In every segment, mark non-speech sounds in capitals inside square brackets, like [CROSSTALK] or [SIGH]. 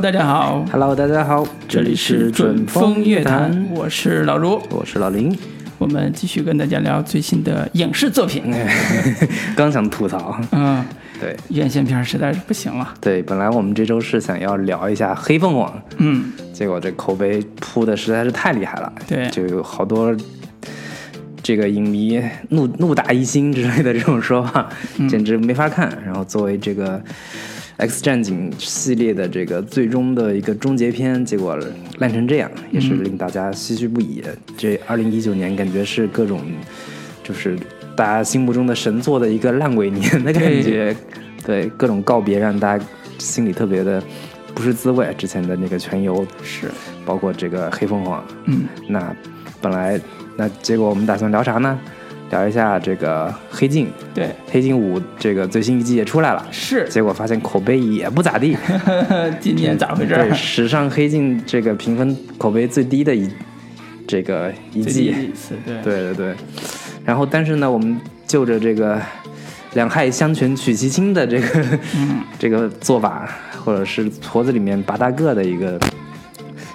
大家好， Hello，大家好，这里是准风乐乐坛，，我是老卢，我是老林。我们继续跟大家聊最新的影视作品。刚想吐槽，嗯，对院线片实在是不行了。对，本来我们这周是想要聊一下《黑凤凰嗯，》，结果这口碑扑的实在是太厉害了，对就有好多这个影迷怒怒打一星之类的这种说法，简直没法看。然后作为这个。X 战警系列的这个最终的一个终结篇，结果烂成这样，也是令大家唏嘘不已。这二零一九年感觉是各种，就是大家心目中的神作的一个烂尾年的感觉，对各种告别让大家心里特别的不是滋味。之前的那个全游，是，包括这个黑凤凰，嗯，那本来那结果我们打算聊啥呢？聊一下这个黑镜，对，黑镜五这个最新一季也出来了，是结果发现口碑也不咋地。 [LAUGHS] 今年 [LAUGHS] 咋回事儿对，？史上黑镜这个评分口碑最低的一这个一最近季，一次，对，对对对。然后，但是呢，我们就着这个两害相权取其轻的这个、这个做法，或者是矬子里面拔大个的一个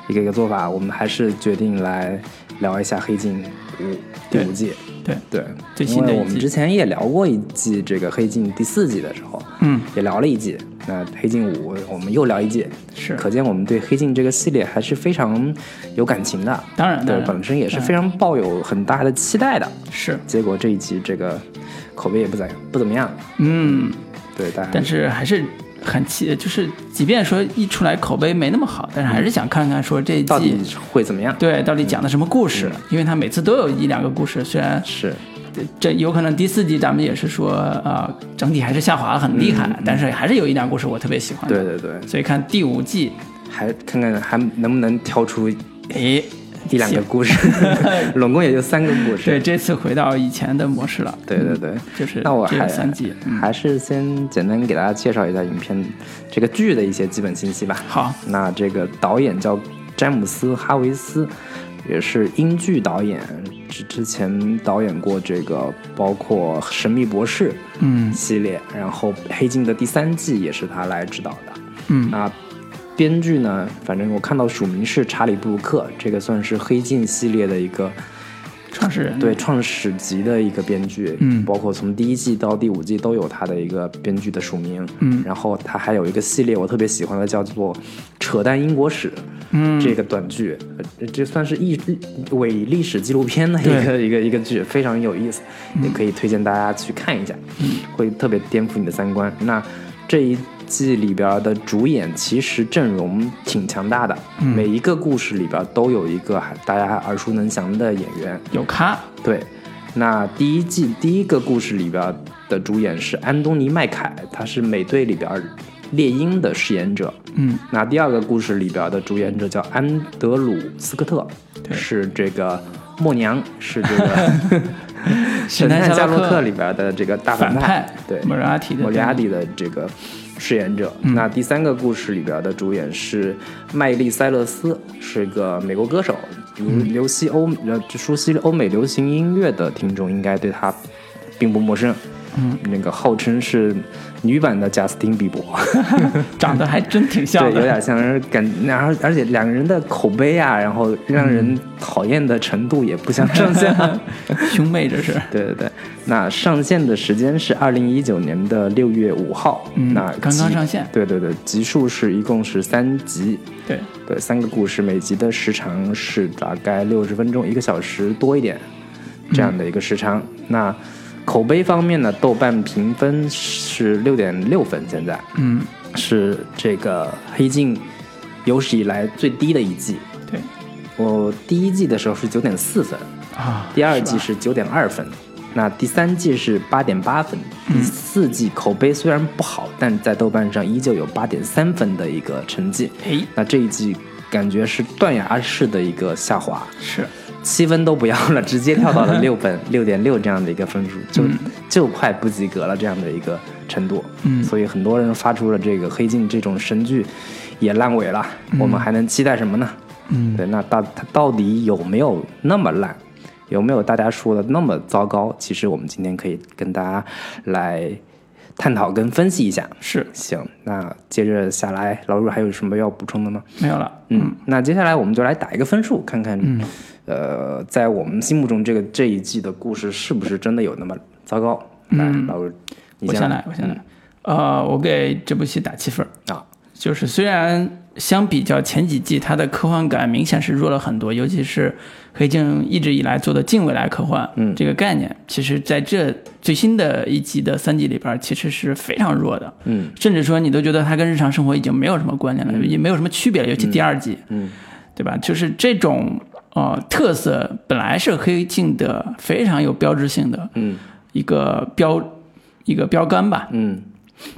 一个一个做法，我们还是决定来聊一下黑镜五第对五季。对对，最因新的为一我们季之前也聊过一季这个黑镜第四季的时候，嗯，也聊了一季。那黑镜五我们又聊一季，是可见我们对黑镜这个系列还是非常有感情的。当然当对，然本身也是非常抱有很大的期待的。是，结果这一集这个口碑也不怎不怎么样，嗯，对，大家但是还是很期，就是即便说一出来口碑没那么好，但是还是想看看说这一到底季。会怎么样？对，到底讲的什么故事？因为它每次都有一两个故事，虽然是，这有可能第四季咱们也是说，呃，整体还是下滑得很厉害，但是还是有一两故事我特别喜欢的。对对嗯对，所以看第五季，还看看还能不能挑出一诶，两个行 [LAUGHS] 故事，拢共也就三个故事。对，这次回到以前的模式了。对对对，就是那我这还三季嗯还是先简单给大家介绍一下影片这个剧的一些基本信息吧。好，那这个导演叫詹姆斯·哈维斯，也是英剧导演，之之前导演过这个包括《神秘博士》嗯系列，然后《黑镜》的第三季也是他来指导的。嗯那编剧呢，反正我看到署名是查理·布鲁克，这个算是黑镜系列的一个。创始人对创始级的一个编剧，嗯包括从第一季到第五季都有他的一个编剧的署名，嗯然后他还有一个系列我特别喜欢的叫做《扯淡英国史》，嗯这个短剧，呃这算是一伪历史纪录片的一个一个一个剧，非常有意思，嗯也可以推荐大家去看一下，会特别颠覆你的三观。那这一季里边的主演其实阵容挺强大的，嗯每一个故事里边都有一个还大家还耳熟能详的演员，有咖，对，那第一季第一个故事里边的主演是安东尼·麦凯，他是美队里边猎鹰的饰演者。嗯，那第二个故事里边的主演者叫安德鲁·斯科特，对是这个默娘，是这个神 [LAUGHS] 神探探夏夏洛洛克克里边的这个大反反派，对，莫拉提的莫里亚蒂的这个饰演者。那第三个故事里边的主演是麦莉·塞勒斯，是个美国歌手，流流西欧呃熟悉欧美流行音乐的听众应该对她并不陌生。嗯，那个号称是女版的贾斯汀·比伯，长得还真挺像 [LAUGHS] 对，的，有点像是感，然后而且两个人的口碑啊，然后让人讨厌的程度也不相上下。兄妹这 [LAUGHS] 是。对对对，那上线的时间是二零一九年的六月五号，嗯那刚刚集上线对对对，集数是一共是三集，对，对，三个故事，每集的时长是大概六十分钟，一个小时多一点这样的一个时长。那口碑方面呢，豆瓣评分是六点六分，现在嗯是这个《黑镜》有史以来最低的一季。对我第一季的时候是九点四分，啊，第二季吧是九点二分，那第三季是八点八分，第四季口碑虽然不好，但在豆瓣上依旧有八点三分的一个成绩。诶那这一季感觉是断崖式的一个下滑，是七分都不要了，直接跳到 [LAUGHS] 了六分、六点六这样的一个分数，就、就快不及格了这样的一个程度。嗯所以很多人发出了这个黑镜这种神剧也烂尾了，我们还能期待什么呢？嗯对，那到它到底有没有那么烂？有没有大家说的那么糟糕？其实我们今天可以跟大家来探讨跟分析一下。是行，那接着下来，老陆还有什么要补充的吗？没有了。嗯，那接下来我们就来打一个分数，看看，嗯呃，在我们心目中这个这一季的故事是不是真的有那么糟糕？来，嗯老陆，你我先嗯先来，我先来。呃，我给这部戏打七分儿，啊，就是虽然相比较前几季，它的科幻感明显是弱了很多，尤其是黑镜一直以来做的近未来科幻，嗯，这个概念，其实在这最新的一季的三季里边儿，其实是非常弱的，嗯，甚至说你都觉得它跟日常生活已经没有什么关联了，也没有什么区别了，尤其第二季，嗯对吧？就是这种呃特色，本来是黑镜的非常有标志性的嗯一个标一个标杆吧，嗯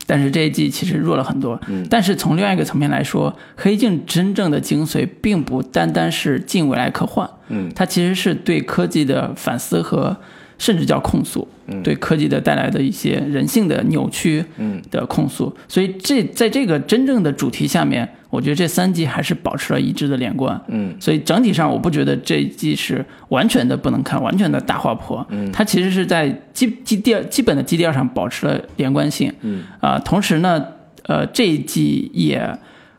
但是这一季其实弱了很多。嗯但是从另外一个层面来说，《黑镜》真正的精髓并不单单是近未来科幻，嗯它其实是对科技的反思和甚至叫控诉，对科技的带来的一些人性的扭曲嗯的控诉。所以这在这个真正的主题下面，我觉得这三季还是保持了一致的连贯。嗯所以整体上，我不觉得这一季是完全的不能看，完全的大滑坡。嗯，它其实是在基基调基本的基调上保持了连贯性。嗯，啊、同时呢，呃，这一季也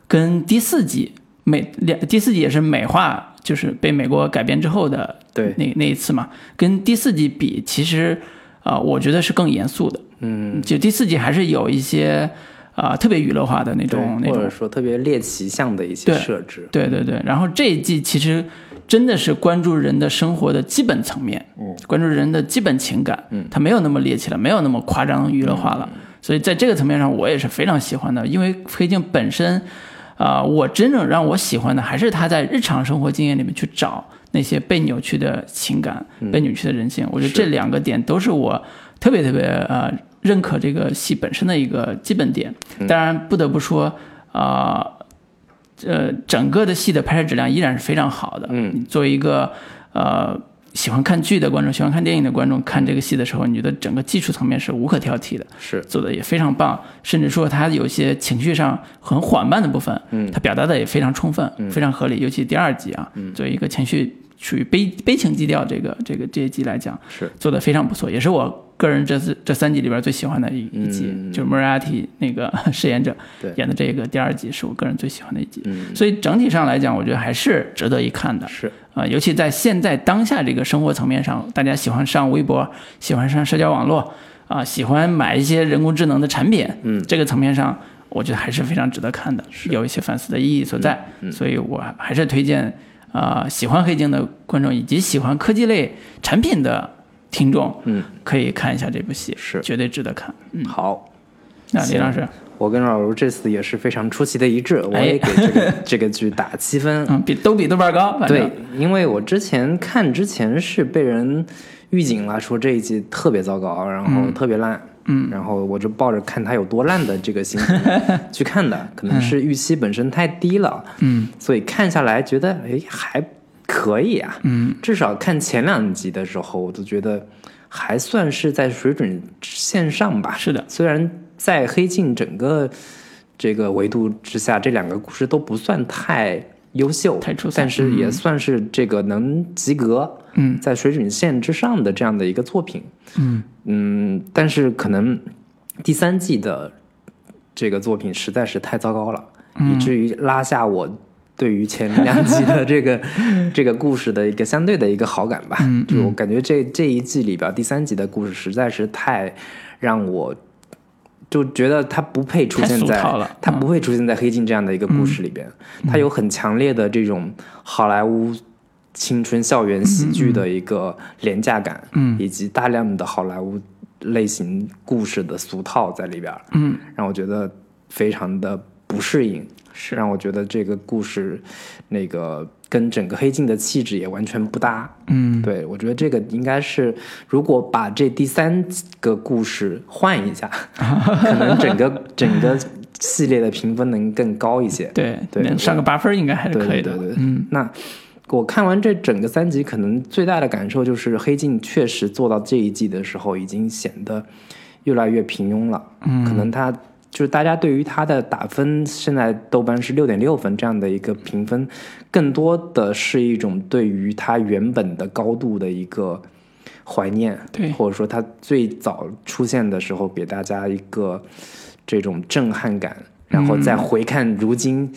跟第四季美两第四季也是美化，就是被美国改编之后的对那那一次嘛，跟第四季比，其实啊、呃我觉得是更严肃的。嗯，就第四季还是有一些啊、呃特别娱乐化的那对种那或种者说特别猎奇向的一些对设置，对对对，然后这一季其实真的是关注人的生活的基本层面，嗯，关注人的基本情感，嗯，它没有那么猎奇了，没有那么夸张娱乐化了，所以在这个层面上，我也是非常喜欢的，因为黑镜本身，啊、我真正让我喜欢的还是他在日常生活经验里面去找那些被扭曲的情感、嗯被扭曲的人性，我觉得这两个点都是我特别特别呃认可这个戏本身的一个基本点，嗯当然不得不说啊。呃呃，整个的戏的拍摄质量依然是非常好的。嗯，作为一个呃喜欢看剧的观众、喜欢看电影的观众，看这个戏的时候，你觉得整个技术层面是无可挑剔的，是做的也非常棒，甚至说它有一些情绪上很缓慢的部分，嗯，它表达的也非常充分，嗯非常合理。尤其第二集啊，作为一个情绪属于悲悲情基调这个这个这一集来讲，是做的非常不错，也是我个人这次这三集里边最喜欢的一一集，就是莫拉蒂那个 [LAUGHS] 饰演者嗯对嗯演的这个第二集是我个人最喜欢的一集，所以整体上来讲，我觉得还是值得一看的。是，啊、尤其在现在当下这个生活层面上，大家喜欢上微博，喜欢上社交网络，啊、喜欢买一些人工智能的产品，嗯，这个层面上，我觉得还是非常值得看的，有一些反思的意义所在。嗯所以我还是推荐，啊，喜欢黑镜的观众以及喜欢科技类产品的听众，嗯，可以看一下这部戏，是绝对值得看。嗯好。那行林老师，我跟老卢这次也是非常出奇的一致，哎我也给这个、 [LAUGHS] 这个剧打七分。嗯，比都比豆瓣高，反对正，因为我之前看之前是被人预警了，说这一季特别糟糕，然后特别烂，嗯，然后我就抱着看它有多烂的这个心情 [LAUGHS] 去看的，可能是预期本身太低了，嗯，所以看下来觉得哎还可以啊，嗯，至少看前两集的时候，我都觉得还算是在水准线上吧，是的，虽然在黑镜整个这个维度之下，这两个故事都不算太优秀，太出色但是也算是这个能及格，嗯，在水准线之上的这样的一个作品，嗯嗯，但是可能第三季的这个作品实在是太糟糕了，嗯以至于拉下我对于前两季的 [LAUGHS] 这个这个故事的一个相对的一个好感吧。嗯就我感觉这这一季里边第三集的故事实在是太让我。就觉得它不配出现太在俗套了嗯它不会出现在黑镜这样的一个故事里边，它有很强烈的这种好莱坞青春校园喜剧的一个廉价感，嗯以及大量的好莱坞类型故事的俗套在里边儿，嗯，让我觉得非常的不适应，是让我觉得这个故事那个跟整个黑镜的气质也完全不搭，嗯，对，我觉得这个应该是，如果把这第三个故事换一下， [LAUGHS] 可能整个整个系列的评分能更高一些。对，对能上个八分应该还是对可以对的。对对，嗯，那我看完这整个三集，可能最大的感受就是黑镜确实做到这一季的时候，已经显得越来越平庸了。嗯，可能它就是大家对于它的打分，现在豆瓣是六点六分这样的一个评分，更多的是一种对于它原本的高度的一个。怀念，对或者说它最早出现的时候给大家一个这种震撼感，然嗯后再回看如今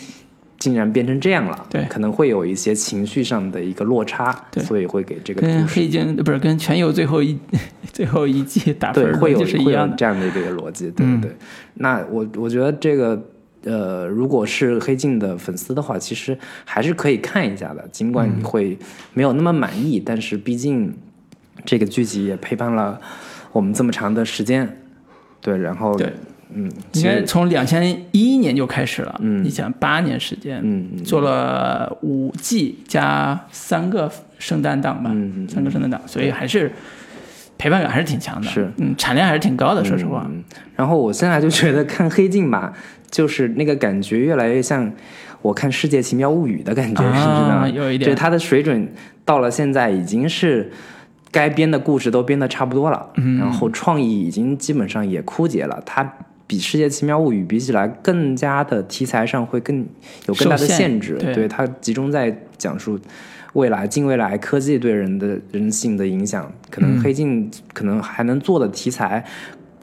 竟然变成这样了，对可能会有一些情绪上的一个落差，对所以会给这个跟故事黑镜不是跟全游最后一 [LAUGHS] 最后一季打分对儿会有就是一会有样嗯的，这样的一个逻辑，对对对。那我我觉得这个。呃，如果是黑镜的粉丝的话，其实还是可以看一下的。尽管你会没有那么满意，但是毕竟这个剧集也陪伴了我们这么长的时间，对。然后，对，嗯，应其该实，从两千一一年就开始了。嗯，你想八年时间，嗯嗯做了五季加三个圣诞档吧，嗯嗯三个圣诞档，所以还是陪伴感还是挺强的，是，嗯，产量还是挺高的，说实话，嗯，然后我现在就觉得看黑镜吧，就是那个感觉越来越像我看《世界奇妙物语》的感觉，嗯是不是啊，呢？有一就是点，它的水准到了现在已经是该编的故事都编得差不多了，嗯然后创意已经基本上也枯竭了，它。比《世界奇妙物语》比起来，更加的题材上会更有更大的受限限制，对它集中在讲述未来、近未来科技对人的人性的影响。可嗯能黑镜可能还能做的题材，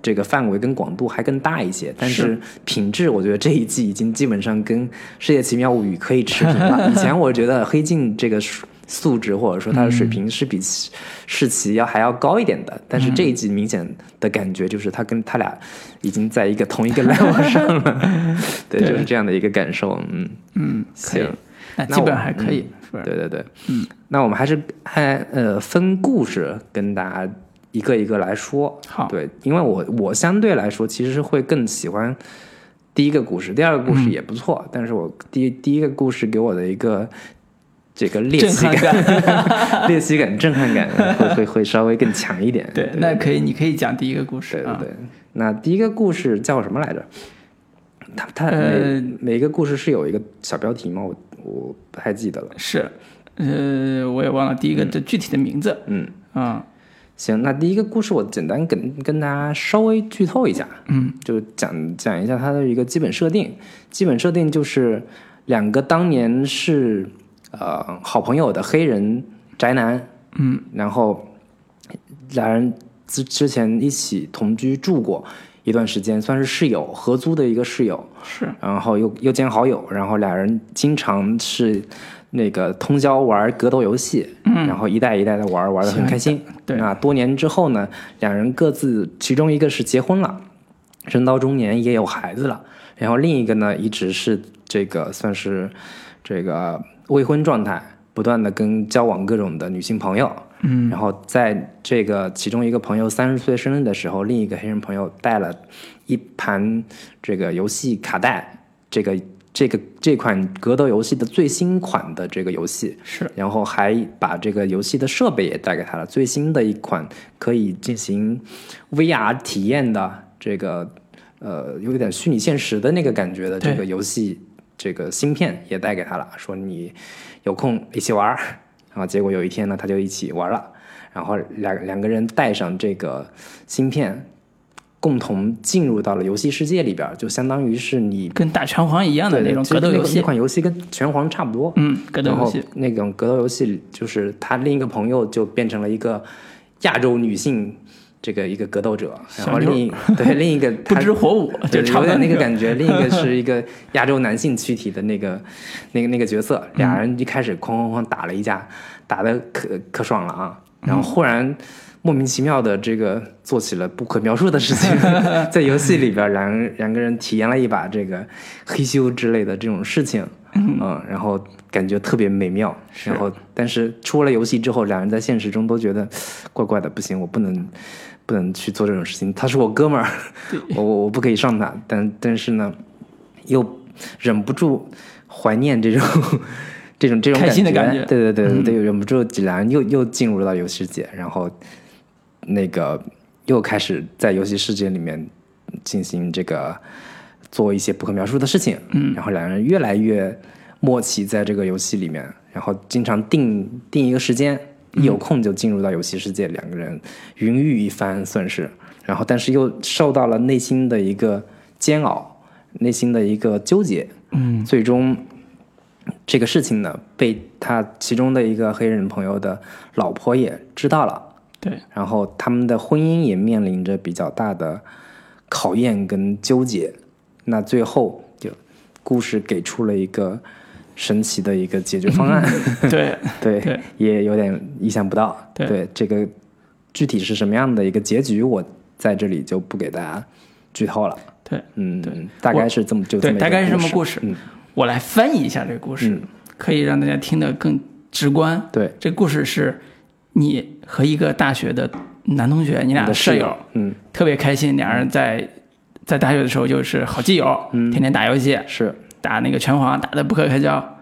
这个范围跟广度还更大一些，但是是品质，我觉得这一季已经基本上跟《世界奇妙物语》可以持 [LAUGHS] 平了。以前我觉得黑镜这个素素质或者说它的水平是比世世奇要还要高一点的，但是这一季明显的感觉就是它跟它俩已经在一个同一个 level 上了，对，对就是这样的一个感受，嗯，嗯，可以行，那那基本我还可以，是吧对对对，嗯，那我们还是按呃分故事跟大家一个一个来说，好，对，因为我我相对来说其实是会更喜欢第一个故事，第二个故事也不错，但是我第第一个故事给我的一个这个猎震奇撼感、 [LAUGHS] 感，猎奇感、震撼感会会会稍微更强一点。对，那可以，你可以讲第一个故事对对啊，对。那第一个故事叫什么来着？它它每、呃每个故事是有一个小标题吗？我我不太记得了。是，呃，我也忘了第一个的具体的名字，嗯，啊，行，那第一个故事我简单跟跟大家稍微剧透一下，嗯，就讲讲一下它的一个基本设定。基本设定就是两个当年是呃好朋友的黑人宅男，嗯，然后俩人之之前一起同居住过一段时间，算是室友，合租的一个室友，是，然后又又见好友，然后俩人经常是那个通宵玩格斗游戏，然后一代一代的玩，玩的很开心。对那多年之后呢，两人各自其中一个是结婚了，人到中年也有孩子了，然后另一个呢一直是这个算是这个未婚状态，不断的跟交往各种的女性朋友。嗯，然后在这个其中一个朋友三十岁生日的时候，另一个黑人朋友带了一盘这个游戏卡带，这个这个这款格斗游戏的最新款的这个游戏，是，然后还把这个游戏的设备也带给他了，最新的一款可以进行 VR 体验的这个呃有一点虚拟现实的那个感觉的对这个游戏这个芯片也带给他了，说你有空一起玩儿，然后结果有一天呢，他就一起玩了，然后两两个人带上这个芯片。共同进入到了游戏世界里边儿，就相当于是你跟打拳皇一样的对那种其实格斗那游个那戏，款游戏跟拳皇差不多，嗯，格斗然游后戏，那种格斗游戏，就是他另一个朋友就变成了一个亚洲女性这个一个格斗者，然小后妞另一对另一个 [LAUGHS] 不他知火舞，就对差不多有点那那个感觉，另一个是一 [LAUGHS] 个亚洲男性躯体的那个那个那个角色，俩人一开始哐哐哐打了一架，打的可可爽了啊，然后忽然。莫名其妙的，这个做起了不可描述的事 [LAUGHS] 情，在游戏里边，两个两个人体验了一把这个黑修之类的这种事情，嗯，然后感觉特别美妙。然后，但是出了游戏之后，两人在现实中都觉得怪怪的，不行，我不能不能去做这种事情。他是我哥们儿， [LAUGHS] 我我我不可以上他。但但是呢，又忍不住怀念这种 [LAUGHS] 这种这种开心的感感觉嗯对对对对对，忍不住两人又又进入到游戏世界，然后那个又开始在游戏世界里面进行这个做一些不可描述的事情，嗯，然后两人越来越默契在这个游戏里面，然后经常定定一个时间，一有空就进入到游戏世界，两个人云雨一番算是，然后但是又受到了内心的一个煎熬，内心的一个纠结，嗯，最终这个事情呢被他其中的一个黑人朋友的老婆也知道了。对，然后他们的婚姻也面临着比较大的考验跟纠结。那最后就故事给出了一个神奇的一个解决方案， [LAUGHS] 对，对，对也有点意想不到。对这个具体是什么样的一个结局，我在这里就不给大家剧透了。对，嗯，对，大概是这么就这对么一个大概是这么故故事嗯，我来翻译一下这个故事，可以让大家听得更直观。对，这故事是你和一个大学的男同学，你你俩的舍室友，，嗯，特别开心，俩人在在大学的时候就是好基友，嗯天天打游戏，是打那个拳皇，打得不可开交。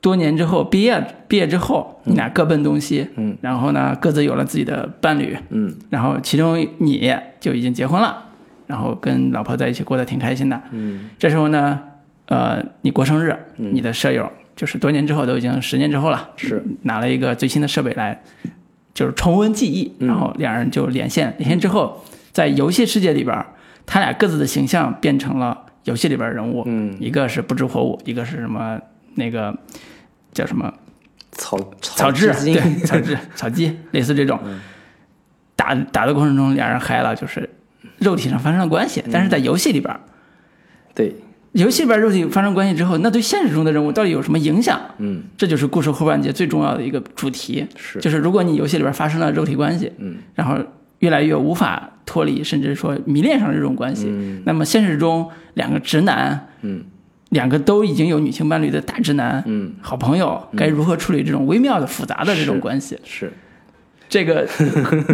多年之后，毕业毕业之后，你俩各奔东西，嗯，然后呢，各自有了自己的伴侣，嗯，然后其中你就已经结婚了，然后跟老婆在一起过得挺开心的，嗯，这时候呢，呃，你过生日，你的舍友就是多年之后都已经十年之后了，嗯嗯是拿了一个最新的设备来，就是重温记忆，嗯然后两人就连线，连线之后，在游戏世界里边儿，他俩各自的形象变成了游戏里边儿人物，嗯，一个是不知火舞，一个是什么那个叫什么草草之雉，金对， [LAUGHS] 草雉、草鸡，类似这种。嗯打打的过程中，俩人嗨了，就是肉体上发生了关系，但是在嗯游戏里边儿，对，游戏里边儿肉体发生关系之后，那对现实中的人物到底有什么影响？嗯，这就是故事后半节最重要的一个主题，是就是如果你游戏里边发生了肉体关系，嗯，然后越来越无法脱离，甚至说迷恋上这种关系，嗯那么现实中两个直男，嗯，两个都已经有女性伴侣的大直男，嗯，好朋友该如何处理这种微妙的、复杂的这种是关系？是。这个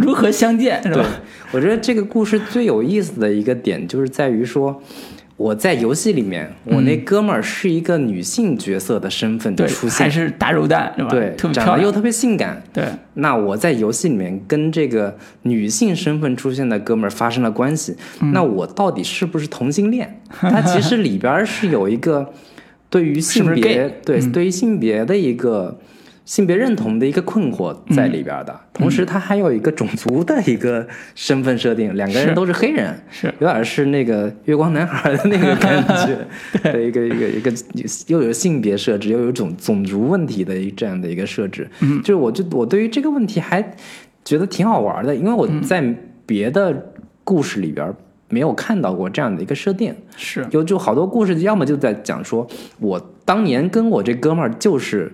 如何相见是对吧？，我觉得这个故事最有意思的一个点就是在于说，我在游戏里面，我那哥们儿是一个女性角色的身份嗯对，出还现，是打柔蛋是吧？对，特别漂长得又亮。特别性感。对，那我在游戏里面跟这个女性身份出现的哥们儿发生了关系，嗯那我到底是不是同性 [LAUGHS] 恋？它其实里边儿是有一个对于是性不别是 gay？嗯对、对于性别的一个性别认同的一个困惑在里边儿的，同嗯时它还有一个种族的一个身份设定，两个是人都是黑人，是有点是那个月光男孩的那个感 [LAUGHS] 觉的一个一个一个又有性别设置，又有种种族问题的一这样的一个设置。嗯，就是我就我对于这个问题还觉得挺好玩的，因为嗯我在别的故事里边没有看到过这样的一个设定。是有就好多故事，要么就在讲说我当年跟我这哥们儿就是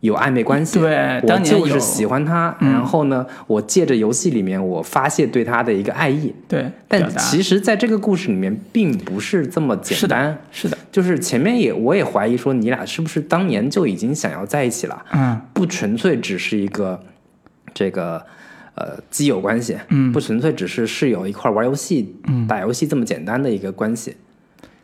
有暧昧关系，对我当年就是有嗯喜欢他，然后呢，我借着游戏里面我发泄对他的一个爱意。对，表但达其实，在这个故事里面，并不是这么简是单的。，是的，就是前面也我也怀疑说，你俩是不是当年就已经想要在一起了，嗯，不纯粹只是一个这个呃基友关系，嗯，不纯粹只是室友一块玩游戏、打游戏这么简单的一个关系。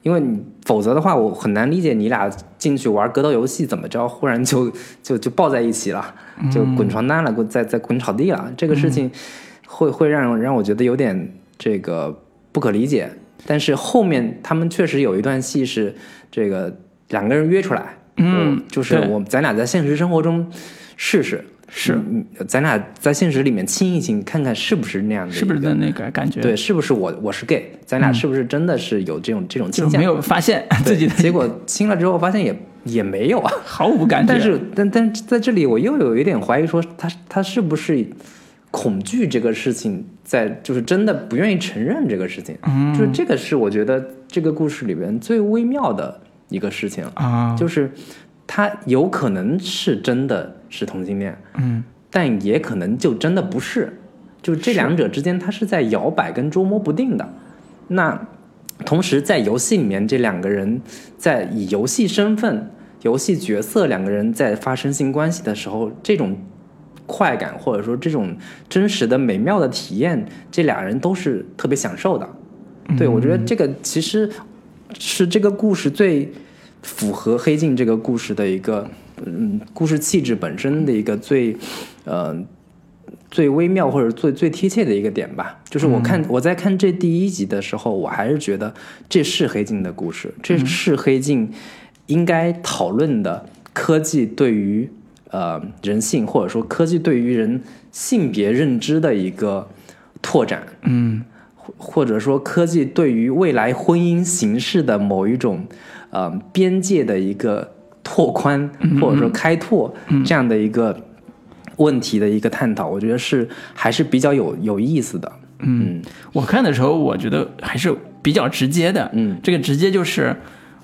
因为你否则的话，我很难理解你俩进去玩格斗游戏怎么着，忽然就就就抱在一起了，就滚床单了，滚在在滚草地了，这个事情会会让让我觉得有点这个不可理解。但是后面他们确实有一段戏是这个两个人约出来，嗯我就是对我咱俩在现实生活中试试，是嗯嗯咱俩在现实里面亲一亲，看看是不是那样的一个，是不是的那个感觉？嗯对，是不是我我是 gay，咱俩是不是真的是有这种、这种倾就是向没？有发现 [LAUGHS] 对自己的结果亲了之后发现也也没有啊。毫无感觉。但是但但在这里我又有一点怀疑，说他他是不是恐惧这个事情在，就是真的不愿意承认这个事情，嗯、就是这个是我觉得这个故事里边最微妙的一个事情，啊，就是他有可能是真的是同性恋，嗯，但也可能就真的不是，就是这两者之间它是在摇摆跟捉摸不定的。那同时在游戏里面，这两个人在以游戏身份、游戏角色两个人在发生性关系的时候，这种快感或者说这种真实的美妙的体验，这俩人都是特别享受的。对，我觉得这个其实是这个故事最符合《黑镜》这个故事的一个，嗯，故事气质本身的一个最，呃，最微妙或者最最贴切的一个点吧。就是我看、我在看这第一集的时候，我还是觉得这是《黑镜》的故事，这是《黑镜》应该讨论的科技对于呃人性或者说科技对于人性别认知的一个拓展。嗯，或或者说科技对于未来婚姻形式的某一种呃嗯边界的一个拓宽，或者说开拓这样的一个问题的一个探讨，我觉得是还是比较有有意思的。嗯我看的时候，我觉得还是比较直接的。嗯，这个直接就是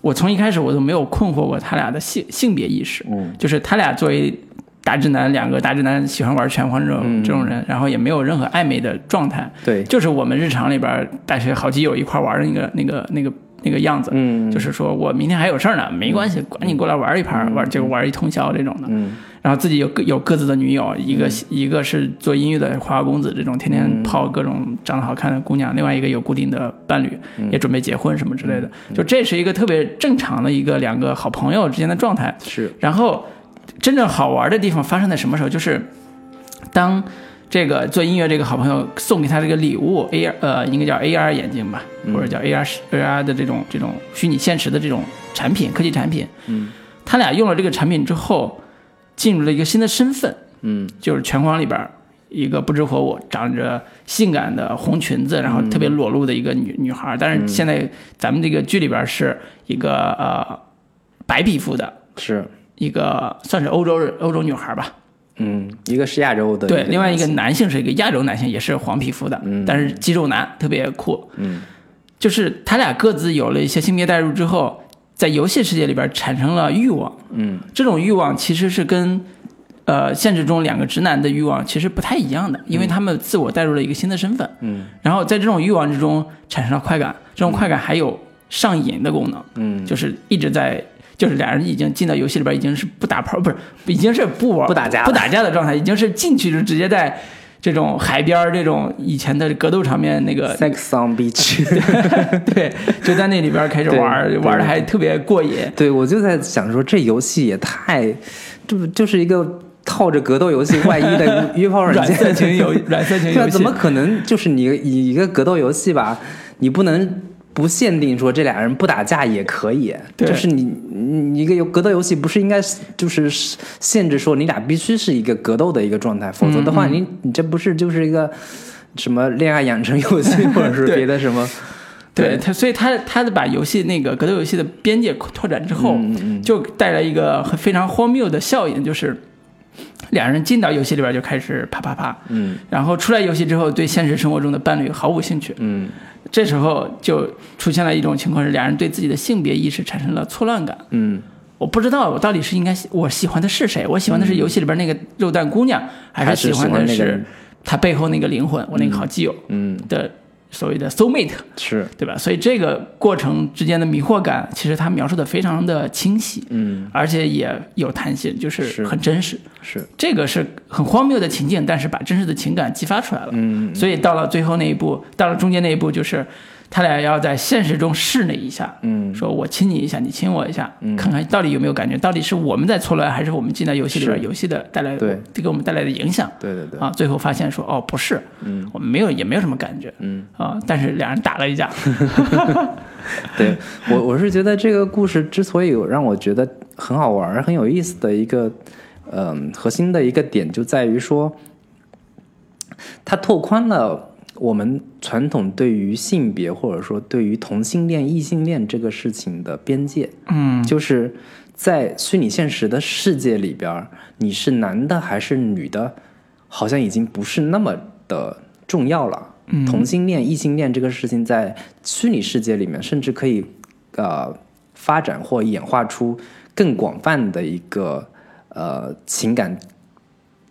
我从一开始我都没有困惑过他俩的性性别意识。嗯，就是他俩作为大直男，两个大直男喜欢玩拳皇这种、嗯这种人，然后也没有任何暧昧的状态，对，就是我们日常里边大学好基友一块玩的那个那个那个那个样子。嗯就是说我明天还有事儿呢，没关系，管你过来玩一盘，玩就玩一通宵这种的。嗯然后自己有各有各自的女友，一个、一个是做音乐的花花公子，这种天嗯天泡各种长得好看的姑娘；，另外一个有固定的伴侣，嗯也准备结婚什么之类的。就这是一个特别正常的一个两个好朋友之间的状态。是然后真正好玩的地方发生在什么时候？就是当这个做音乐这个好朋友送给他这个礼物 AR 呃，应该叫 AR 眼镜吧，嗯或者叫 AR AR 的这种这种虚拟现实的这种产品科技产品。嗯，他俩用了这个产品之后，进入了一个新的身份，嗯就是拳皇里边儿一个不知火舞、长着性感的红裙子，然嗯后特别裸露的一个女、女孩儿。但是现在咱们这个剧里边儿是一个呃白皮肤的是一个算是欧洲人欧洲女孩儿吧，嗯，一个是亚洲的，对，另外一个男性是一嗯个亚洲男性，也是黄皮肤的，但是肌肉男，特别酷。嗯，就是他俩各自有了一些性别代入之后，在游戏世界里边产生了欲望。嗯，这种欲望其实是跟呃现实中两个直男的欲望其实不太一样的，因为他们自我带入了一个新的身份。嗯，然后在这种欲望之中产生了快感，这种快感还有上瘾的功能。嗯就是一直在，就是俩人已经进到游戏里边，已经是不打炮，不是，已经是不玩不打架了不打架的状态，已经是进去就直接在这种海边儿这种以前的格斗场面那个， Sex on Beach。呃 [LAUGHS] 对，就在那里边开始玩儿对，玩的对还特别过瘾。 [LAUGHS] 对，我就在想说，这游戏也太，这不就是一个套着格斗 [LAUGHS] 游戏外衣的约炮软软件？色情 [LAUGHS] 游，软色情对啊，游戏怎么可能？就是你以一个格斗游戏吧，你不能不限定说这俩人不打架也可以。对就是你你一个游格斗游戏不是应该是就是限制说你俩必须是一个格斗的一个状态，否则的嗯话你，你这不是就是一个什么恋爱养成游戏，或者是对别的什么？对他，所以他他的把游戏那个格斗游戏的边界拓展之后，就带来一个很非常荒谬的效应，就是两人进到游戏里边就开始啪啪啪，嗯然后出来游戏之后对现实生活中的伴侣毫无兴趣，嗯这时候就出现了一种情况是两人对自己的性别意识产生了错乱感。嗯我不知道我到底是应该喜我喜欢的是谁，我喜欢的是游戏里边那个肉蛋姑娘，嗯还还是是喜欢喜欢的那是个人她背后那个灵魂，我那个好基友嗯，的所谓的 soul mate。是对吧？所以这个过程之间的迷惑感，其实他描述的非常的清晰，嗯而且也有弹性，就是是很真实。是这个是很荒谬的情境，但是把真实的情感激发出来了。嗯所以到了最后那一步，到了中间那一步，就是他俩要在现实中试那一下，嗯说我亲你一下，你亲我一下，看看到底有没有感觉，到底是我们在错乱，还是我们进到游戏里边是游戏的带来对给我们带来的影响。对对对啊，最后发现说哦不是，嗯，我们没有也没有什么感觉，嗯啊，但是俩人打了一架，对我，我是觉得这个故事之所以有让我觉得很好玩儿、很有意思的一个，嗯、核心的一个点就在于说，它拓宽了我们传统对于性别或者说对于同性恋、异性恋这个事情的边界。嗯，就是在虚拟现实的世界里边儿，你是男的还是女的，好像已经不是那么的重要了。嗯同性恋、异性恋这个事情在虚拟世界里面，甚至可以呃发展或演化出更广泛的一个呃情感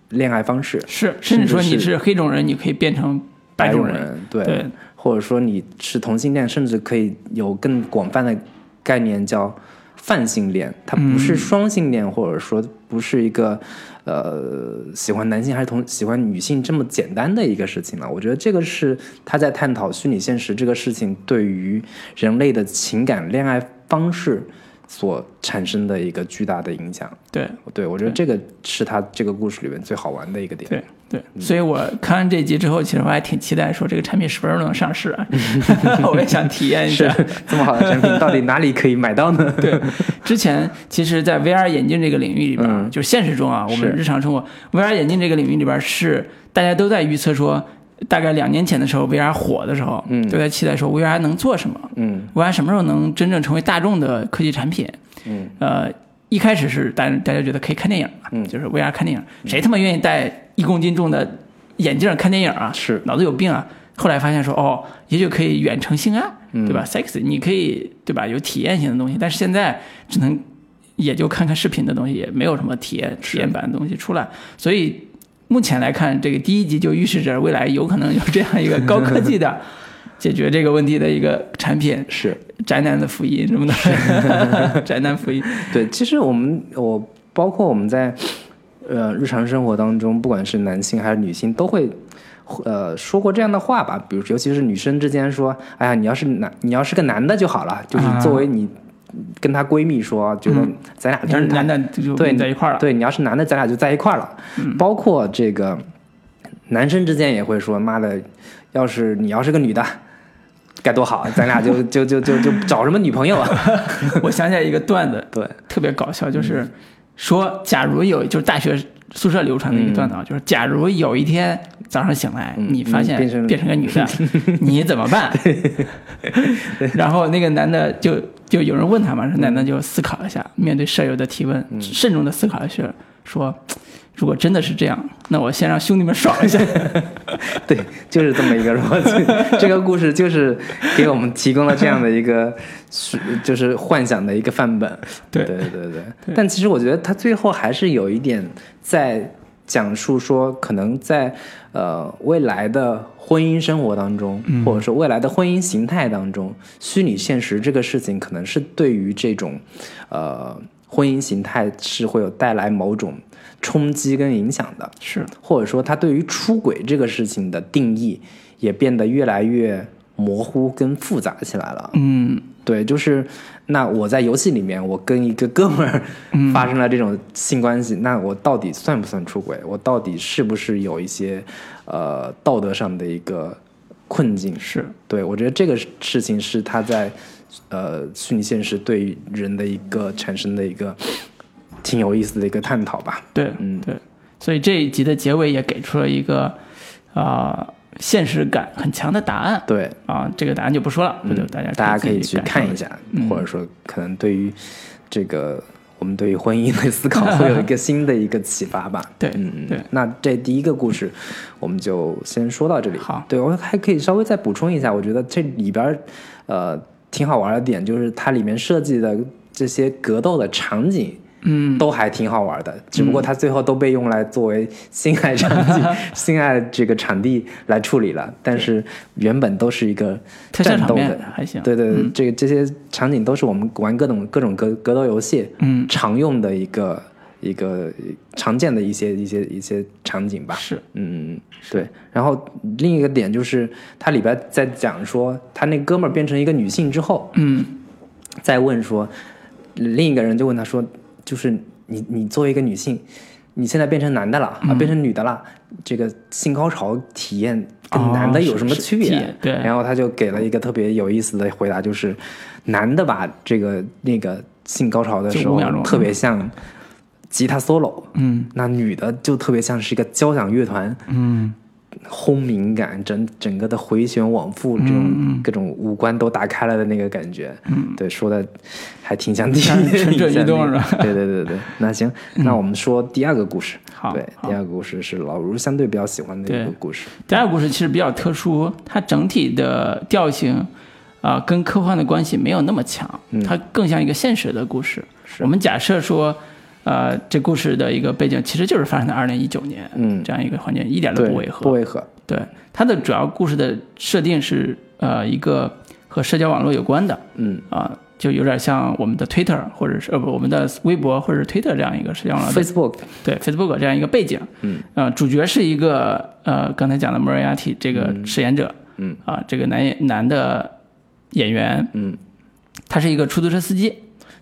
恋爱方式。是，甚至说甚你至是是黑种人，你可以变成白种种人。对，对或者说你是同性恋，甚至可以有更广泛的概念叫泛性恋，它不是双性恋，或者说不是一个呃喜欢男性还是同喜欢女性这么简单的一个事情了。啊我觉得这个是他在探讨虚拟现实这个事情对于人类的情感恋爱方式所产生的一个巨大的影响。对对，我觉得这个是他这个故事里面最好玩的一个点。对对，嗯所以我看完这集之后，其实我还挺期待说这个产品什么时候能上市 [LAUGHS] 啊？ [LAUGHS] 我也想体验一是下。 [LAUGHS] 这么好的产品，到底哪里可以买到呢？对， [LAUGHS] 之前其实，在 VR 眼镜这个领域里边，嗯就现实中啊，我们是日常生活 VR 眼镜这个领域里边是大家都在预测说，大概两年前的时候 VR 火的时候，嗯都在期待说 VR 能做什么嗯，VR 什么时候能真正成为大众的科技产品？嗯，呃，一开始是大大家觉得可以看电影嘛，嗯就是 VR 看电影，谁他妈愿意戴一公斤重的眼镜看电影啊？是脑子有病啊！后来发现说，哦，也许可以远程性爱，嗯对吧？sex，你可以对吧？有体验性的东西，但是现在只能也就看看视频的东西，也没有什么体验体验版的东西出来，所以目前来看，这个第一集就预示着未来有可能有这样一个高科技的解决这个问题的一个产品，是宅男的福音什么 [LAUGHS] 的，宅男福音，对，其实我们我包括我们在呃日常生活当中，不管是男性还是女性，都会呃说过这样的话吧。比如，尤其是女生之间说：“哎呀，你要是男，你要是个男的就好了。”就是啊作为你跟她闺蜜说，觉得嗯咱俩就是是真太男的就对混在一块儿了，对你要是男的，咱俩就在一块儿了。嗯包括这个男生之间也会说：“妈的，要是你要是个女的，该多好，咱俩就就就就就找什么女朋友啊 [LAUGHS] 我想起来一个段子，？”对，特别搞笑，嗯就是说，假如有就是大学宿舍流传的一个段子啊，就是假如有一天早上醒来，嗯你发现你变成了变成个女的， [LAUGHS] 你怎么办？然后那个男的就就有人问他嗯嘛，说男的就思考一下，面对舍友的提问，慎重的思考一下，说。如果真的是这样，那我先让兄弟们爽 [LAUGHS] 一下。对，就是这么一个逻辑。这个故事就是给我们提供了这样的一个，是 [LAUGHS] 就是幻想的一个范本。对对对对对。但其实我觉得他最后还是有一点在讲述说，可能在呃未来的婚姻生活当中，或者说未来的婚姻形态当中，虚拟现实这个事情可能是对于这种呃婚姻形态是会有带来某种冲击跟影响的。是，或者说他对于出轨这个事情的定义也变得越来越模糊跟复杂起来了。嗯，对，就是那我在游戏里面，我跟一个哥们儿发生了这种性关系，那我到底算不算出轨？我到底是不是有一些呃道德上的一个困境？是，对我觉得这个事情是他在呃虚拟现实对于人的一个产生的一个挺有意思的一个探讨吧。对，嗯对，所以这一集的结尾也给出了一个，啊、现实感很强的答案。对，嗯啊，这个答案就不说了，回头大家大家可以自己去感受看一一下。嗯下，或者说可能对于这个我们对于婚姻的思考会有一个新的一个启发吧。 [LAUGHS] 对嗯嗯，对那这第一个故事我们就先说到这里。好对我还可以稍微再补充一下，我觉得这里边儿呃挺好玩的点就是它里面设计的这些格斗的场景。嗯，都还挺好玩的，只不过它最后都被用来作为性爱场景、 [LAUGHS] 性爱这个场地来处理了。但是原本都是一个特效战场斗面的，还行。嗯对对，对这个这些场景都是我们玩各种各种格格斗游戏嗯，常用的一个一个常见的一些一些一些场景吧。是，嗯，对。然后另一个点就是，它里边在讲说，他那哥们儿变成一个女性之后，嗯，再问说，另一个人就问他说，就是你你作为一个女性，你现在变成男的了嗯啊，变成女的了，这个性高潮体验跟哦男的有是什么是区体别验？对然后他就给了一个特别有意思的回答，就是男的把这个那个性高潮的就时五候秒钟特别像吉他 solo，嗯那女的就特别像是一个交响乐团，嗯，轰鸣感，整整个的回旋往复，这嗯种各种五官都打开了的那个感觉，嗯，对，说的还挺像第一像蠢蠢欲动是吧？嗯挺像 [LAUGHS] 第一对对对对，那行，那我们说第二个故事，好对，好第二个故事是老卢相对比较喜欢的一个对故事，第二个故事其实比较特殊，它整体的调性啊、跟科幻的关系没有那么强，嗯它更像一个现实的故事。我们假设说。呃，这故事的一个背景其实就是发生在二零一九年，嗯这样一个环境，一点都对，不违和，不违和，对，它的主要故事的设定是呃一个和社交网络有关的嗯，啊、就有点像我们的 Twitter 或者是呃不我们的微博或者是 Twitter 这样一个社交网络的 Facebook，对 Facebook 这样一个背景，嗯，呃，主角是一个呃刚才讲的莫瑞亚蒂这个饰演者，嗯，啊、这个男演男的演员，嗯，他是一个出租车司机，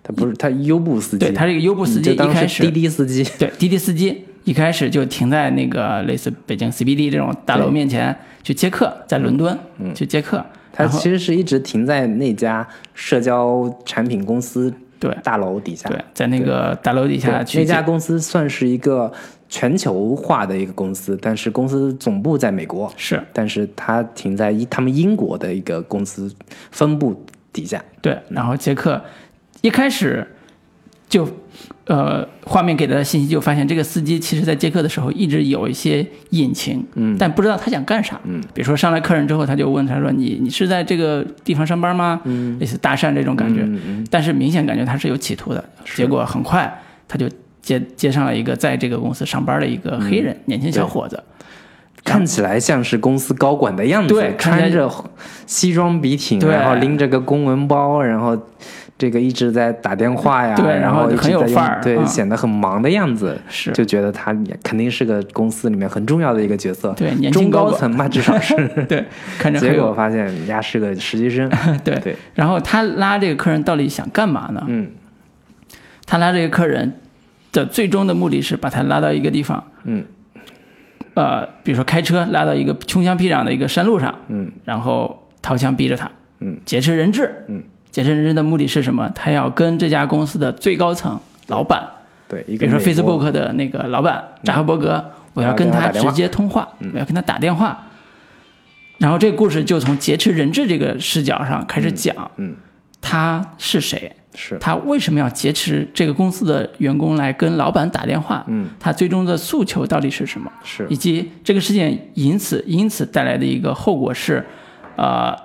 他不是他优步司嗯机，对，他是一个优步司你机，就一当开是始滴滴司机，对，滴滴司机一开始就停在那个类似北京 CBD 这种大楼面前去接客，在伦敦、去接客，嗯他然后其实是一直停在那家社交产品公司对大楼底下，对，在那个大楼底对下去接那家公司算是一个全球化的一个公司，但是公司总部在美国，是但是它停在一他们英国的一个啊公司分部底下。对，然后杰克一开始就呃画面给他的信息就发现，这个司机其实在接客的时候一直有一些隐情，嗯，但不知道他想干啥，嗯，比如说上来客人之后，他就问他说你你是在这个地方上班吗？嗯，类似搭讪这种感觉，嗯嗯但是明显感觉他是有企图的，结果很快他就接接上了一个在这个公司上班的一个嗯黑人、年轻小伙子，看起来像是公司高管的样子，对看起来穿着西装笔挺，对然后拎着个公文包，然后这个一直在打电话呀，对然然后一直很有在用范儿对，嗯显得很忙的样子，是就觉得他也肯定是个公司里面很重要的一个角色，对年轻中高高管层吧，至少 [LAUGHS] 是。对，看着很结有果发现人家是个实习生， [LAUGHS] 对对然后他拉这个客人到底想干嘛呢？嗯，他拉这个客人的最终的目的是把他拉到一个地方，嗯，呃，比如说开车拉到一个穷乡僻壤的一个山路上，嗯，然后掏枪逼着他，嗯，劫持人质，嗯，劫持人质的目的是什么？他要跟这家公司的最高层老板，对，一比个如说美国嗯 Facebook 的那个老板扎克伯格，我要跟他直接通话，我要跟他打电话。然后这个故事就从劫持人质这个视角上开始讲，嗯，他是谁，是他为什么要劫持这个公司的员工来跟老板打电话，嗯，他最终的诉求到底是什么，是以及这个事件因此因此带来的一个后果是，呃，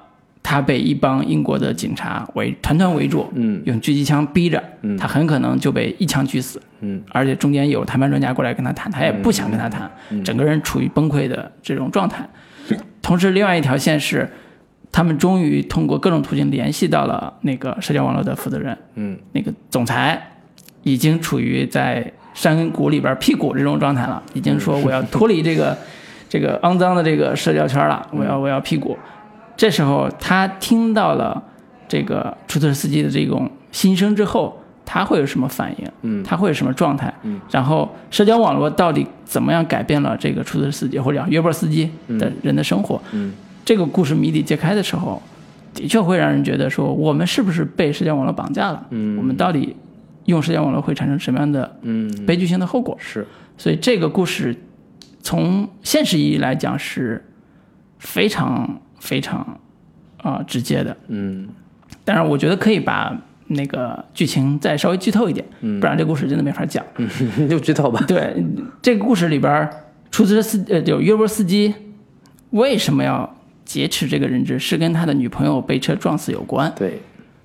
他被一帮英国的警察围团团围住，嗯，用狙击枪逼着，嗯，他很可能就被一枪狙死，嗯，而且中间有谈判专家过来跟他谈，他也不想跟他谈，整个人处于崩溃的这种状态。同时，另外一条线是，他们终于通过各种途径联系到了那个社交网络的负责人，嗯，那个总裁已经处于在山谷里边屁股这种状态了，已经说我要脱离这个 [LAUGHS] 这个肮脏的这个社交圈了，我要我要屁股。这时候他听到了这个出租车司机的这种心声之后，他会有什么反应？嗯，他会有什么状态？嗯，然后社交网络到底怎么样改变了这个出租车司机或者讲约伯司机的人的生活？嗯，这个故事谜底揭开的时候，的确会让人觉得说，我们是不是被社交网络绑架了？嗯，我们到底用社交网络会产生什么样的嗯悲剧性的后果？是所以这个故事从现实意义来讲是非常非常啊、呃直接的。 [LAUGHS] 嗯当然，我觉得可以把那个剧情再稍微剧透一点，不然这故事真的没法讲。嗯，就知道吧，对，这个故事里边儿，出租车司呃，有约伯司机为什么要劫持这个人质，是跟他的女朋友被车撞死有关。 [LAUGHS] 对，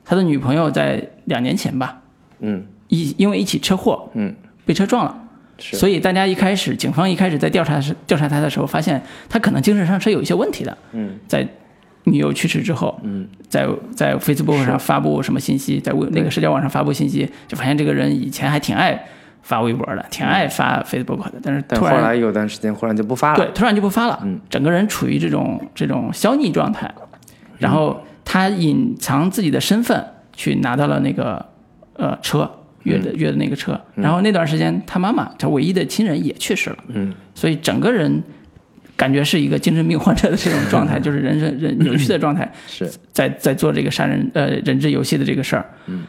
他的女朋友在两年前吧，嗯一因为一起车祸嗯被车撞了。是所以大家一开始，警方一开始在调查时调查他的时候，发现他可能精神上是有一些问题的。嗯，在女友去世之后，嗯，在在 Facebook 上发布什么信息，在微那个社交网上发布信息，就发现这个人以前还挺爱发微博的，挺爱发 Facebook 的，但是嗯但突后然来有段时间忽然就不发了，嗯对，突然就不发了，整个人处于这种这种消匿状态，然后他隐藏自己的身份去拿到了那个呃车嗯约的约的那个车，然后那段时间他妈妈他唯一的亲人也去世了，嗯，所以整个人感觉是一个精神病患者的这种状 [LAUGHS] 态，就是人人人扭曲的状态，是在在做这个杀人呃人质游戏的这个事儿。嗯，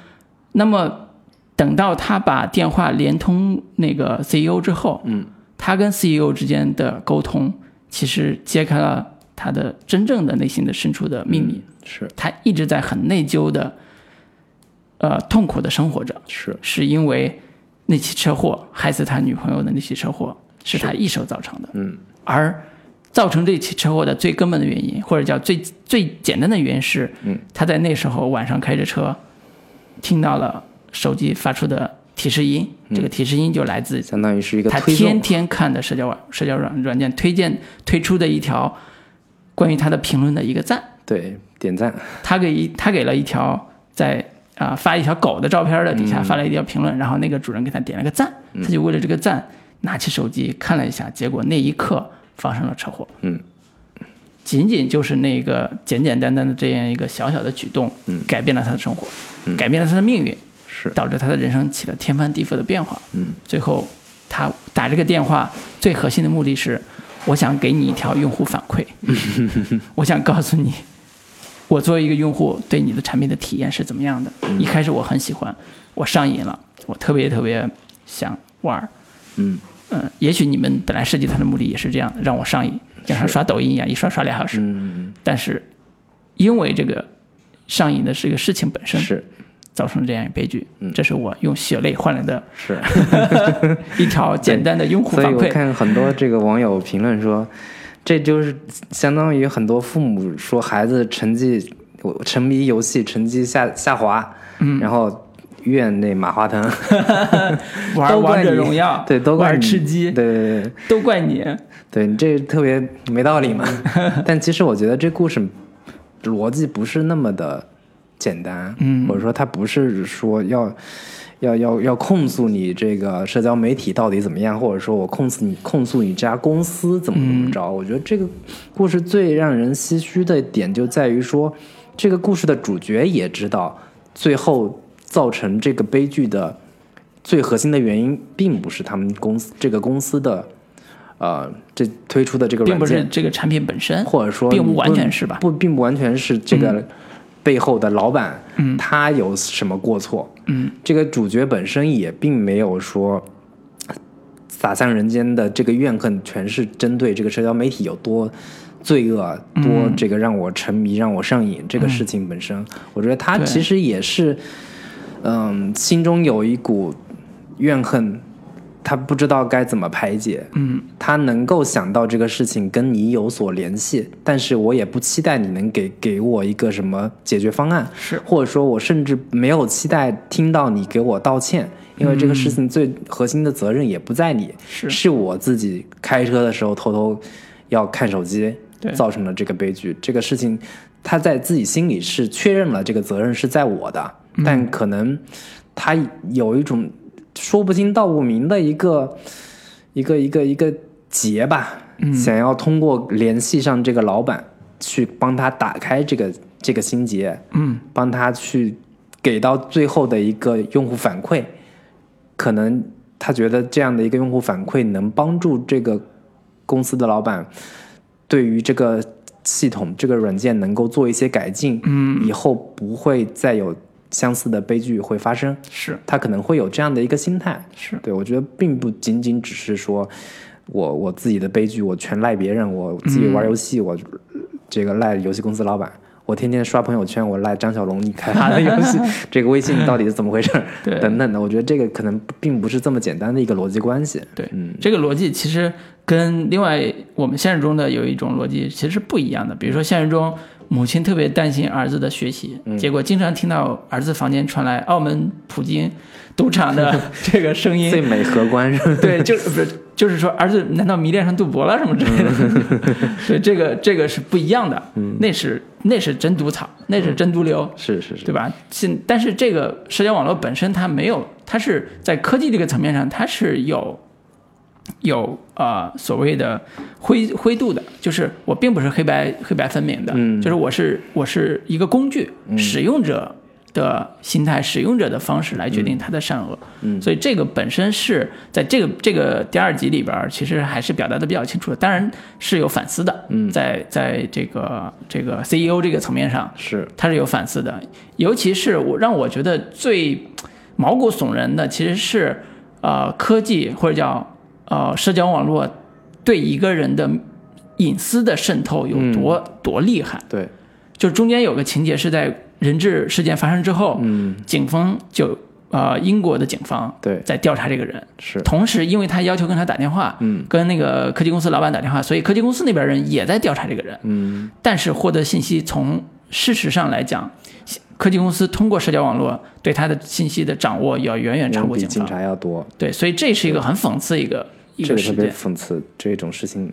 那么等到他把电话连通那个 CEO 之后，嗯，他跟 CEO 之间的沟通其实揭开了他的真正的内心的深处的秘密。嗯是他一直在很内疚的，呃，痛苦的生活着，是是因为那起车祸害死他女朋友的那起车祸是他一手造成的。嗯，而造成这起车祸的最根本的原因，或者叫最最简单的原因是，嗯，他在那时候晚上开着车，听到了手机发出的提示音，这个提示音就来自相当于嗯是一个他推送天，天看的社交网社交软软件推荐推出的一条关于他的评论的一个赞，对，点赞，他给一他给了一条在啊、发一条狗的照片的底下发了一条评论，然后那个主人给他点了个赞，他就为了这个赞拿起手机看了一下，结果那一刻发生了车祸。嗯，仅仅就是那个简简单单的这样一个小小的举动，嗯，改变了他的生活，嗯、改变了他的命运，是导致他的人生起了天翻地覆的变化。嗯，最后他打这个电话最核心的目的是，我想给你一条用户反 [LAUGHS] 馈，我想告诉你，我作为一个用户对你的产品的体验是怎么样的。一开始我很喜欢，我上瘾了，我特别特别想玩儿。嗯嗯，也许你们本来设计它的目的也是这样，让我上瘾，就像是刷抖音一样，一刷刷俩小时。嗯但是因为这个上瘾的这个事情本身，是造成这样一悲剧。嗯这是我用血泪换来的是。一条简单的用户嗯所以反我馈。看很多这个网友评论说，这就是相当于很多父母说孩子成绩我沉迷游戏，成绩下下滑，嗯，然后怨那马化腾， [LAUGHS] 玩都怪王者你荣耀，对，都怪玩你吃鸡，对对对都怪你。对，你这特别没道理嘛。 [LAUGHS] 但其实我觉得这故事逻辑不是那么的简单，嗯，或者说他不是说要。要要要控诉你这个社交媒体到底怎么样，或者说我控诉你控诉你这家公司怎么怎么着？嗯我觉得这个故事最让人唏嘘的点就在于说，这个故事的主角也知道，最后造成这个悲剧的最核心的原因，并不是他们公司这个公司的呃这推出的这个并软不是件，这个产品本身，或者说并你不完全是吧嗯不，并不完全是这个背后的老板，嗯，他有什么过错？嗯，这个主角本身也并没有说撒向人间的这个怨恨，全是针对这个社交媒体有多罪恶，嗯多这个让我沉迷、让我上瘾这个事情本身。我觉得他对其实也是，嗯，心中有一股怨恨。他不知道该怎么排解，嗯，他能够想到这个事情跟你有所联系，但是我也不期待你能给给我一个什么解决方案，是或者说我甚至没有期待听到你给我道歉，因为这个事情最核心的责任也不在你，是我自己开车的时候偷偷要看手机对，造成了这个悲剧。这个事情他在自己心里是确认了这个责任是在我的，嗯但可能他有一种说不清道不明的一个一个一个一个结吧，嗯想要通过联系上这个老板去帮他打开这个这个心结，嗯，帮他去给到最后的一个用户反馈，可能他觉得这样的一个用户反馈能帮助这个公司的老板对于这个系统、这个软件能够做一些改进，嗯，以后不会再有相似的悲剧会发生。是他可能会有这样的一个心态，是对我觉得并不仅仅只是说我我自己的悲剧，我全赖别人，我自己玩游戏，嗯我这个赖游戏公司老板，我天天刷朋友圈，我赖张小龙你开发的游 [LAUGHS] 戏，这个微信到底是怎么回事儿，对等等的，我觉得这个可能并不是这么简单的一个逻辑关系，对，嗯这个逻辑其实跟另外我们现实中的有一种逻辑其实是不一样的。比如说现实中，母亲特别担心儿子的学习，嗯结果经常听到儿子房间传来澳门普京赌场的 [LAUGHS] 这个声音最，美荷官是吧 [LAUGHS] 对，就是不是就是说，儿子难道迷恋上赌博了什么之类的？ [LAUGHS] 对，这个这个是不一样的，那是那是真毒草，那 [LAUGHS] 是真毒瘤，是是是，对吧？现但是这个社交网络本身它没有，它是在科技这个层面上，它是有有呃所谓的灰灰度的，就是我并不是黑白黑白分明的，嗯就是我是我是一个工具，使用者的心态、使用者的方式来决定他的善恶，嗯所以这个本身是在这个这个第二集里边儿，其实还是表达的比较清楚的，当然是有反思的，嗯在在这个这个 CEO 这个层面上，是他是有反思的。尤其是我让我觉得最毛骨悚然的，其实是呃科技或者叫呃社交网络对一个人的隐私的渗透有多、多厉害。对，就中间有个情节是在人质事件发生之后，嗯警方就呃英国的警方对在调查这个人，是同时，因为他要求跟他打电话，嗯跟那个科技公司老板打电话，所以科技公司那边人也在调查这个人。嗯但是获得信息从事实上来讲，科技公司通过社交网络对他的信息的掌握要远远超人过比警警方。察要多，对，所以这是一个很讽刺一个一这个个特事别件，讽刺，这种事情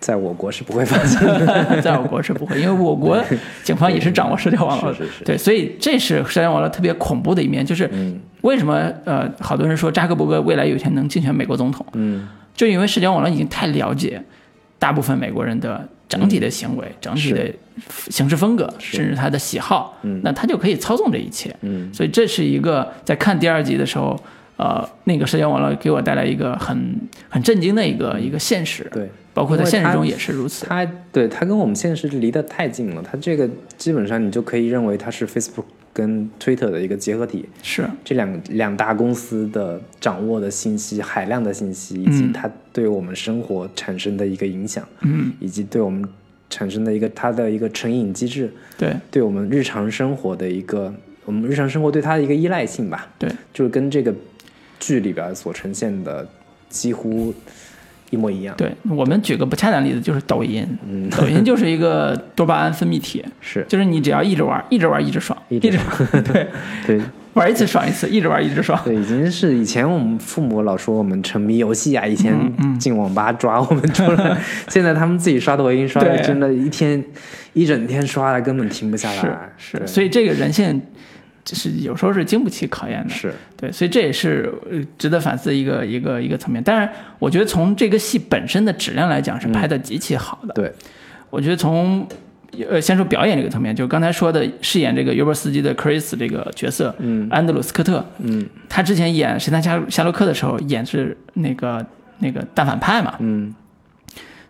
在我国是不会发 [LAUGHS] 生的，在我国是不会，因为我国警方也是掌握社交网络的。是是嗯是对，所以这是社交网络特别恐怖的一面，就是为什么呃，好多人说扎克伯格未来有一天能竞选美国总统，嗯，就因为社交网络已经太了解大部分美国人的整体的行嗯为、整体的行事风格，甚至他的喜好，那他就可以操纵这一切。嗯所以这是一个在看第二集的时候，呃，那个社交网络给我带来一个很很震惊的一个一个现实，对。包括在现实嗯因为中它也是如此。它对它跟我们现实离得太近了，它这个基本上你就可以认为它是 Facebook 跟 Twitter 的一个结合体，是这两两大公司的掌握的信息、海量的信息，以及它对我们生活产生的一个影响，嗯，以及对我们产生的一个它的一个成瘾机制，对，对我们日常生活的一个我们日常生活对它的一个依赖性吧。对，就是跟这个剧里边所呈现的几乎一模一样。对我们举个不恰当例子，就是抖音，嗯抖音就是一个多巴胺分泌 [LAUGHS] 体，是就是你只要一直玩，一直玩，一直爽，一一直直玩对， [LAUGHS] 对玩一次爽一次，一直玩一直爽。对，已经是以前我们父母老说我们沉迷游戏啊，以前嗯进网吧抓我们出 [LAUGHS] 来，现在他们自己刷抖音刷的对真的，一天一整天刷的根本停不 [LAUGHS] 下来。是是，对所以这个人性就是有时候是经不起考验的。是对，所以这也是呃值得反思的一个一个一个层面。当然，我觉得从这个戏本身的质量来讲，是嗯拍的极其好的。对，我觉得从呃先说表演这个层面，就刚才说的饰演这个约伯斯基的 Chris 这个角色，嗯安德鲁斯科特，嗯他之前演《神探夏夏洛克》的时候，演是那个那个大反派嘛，嗯，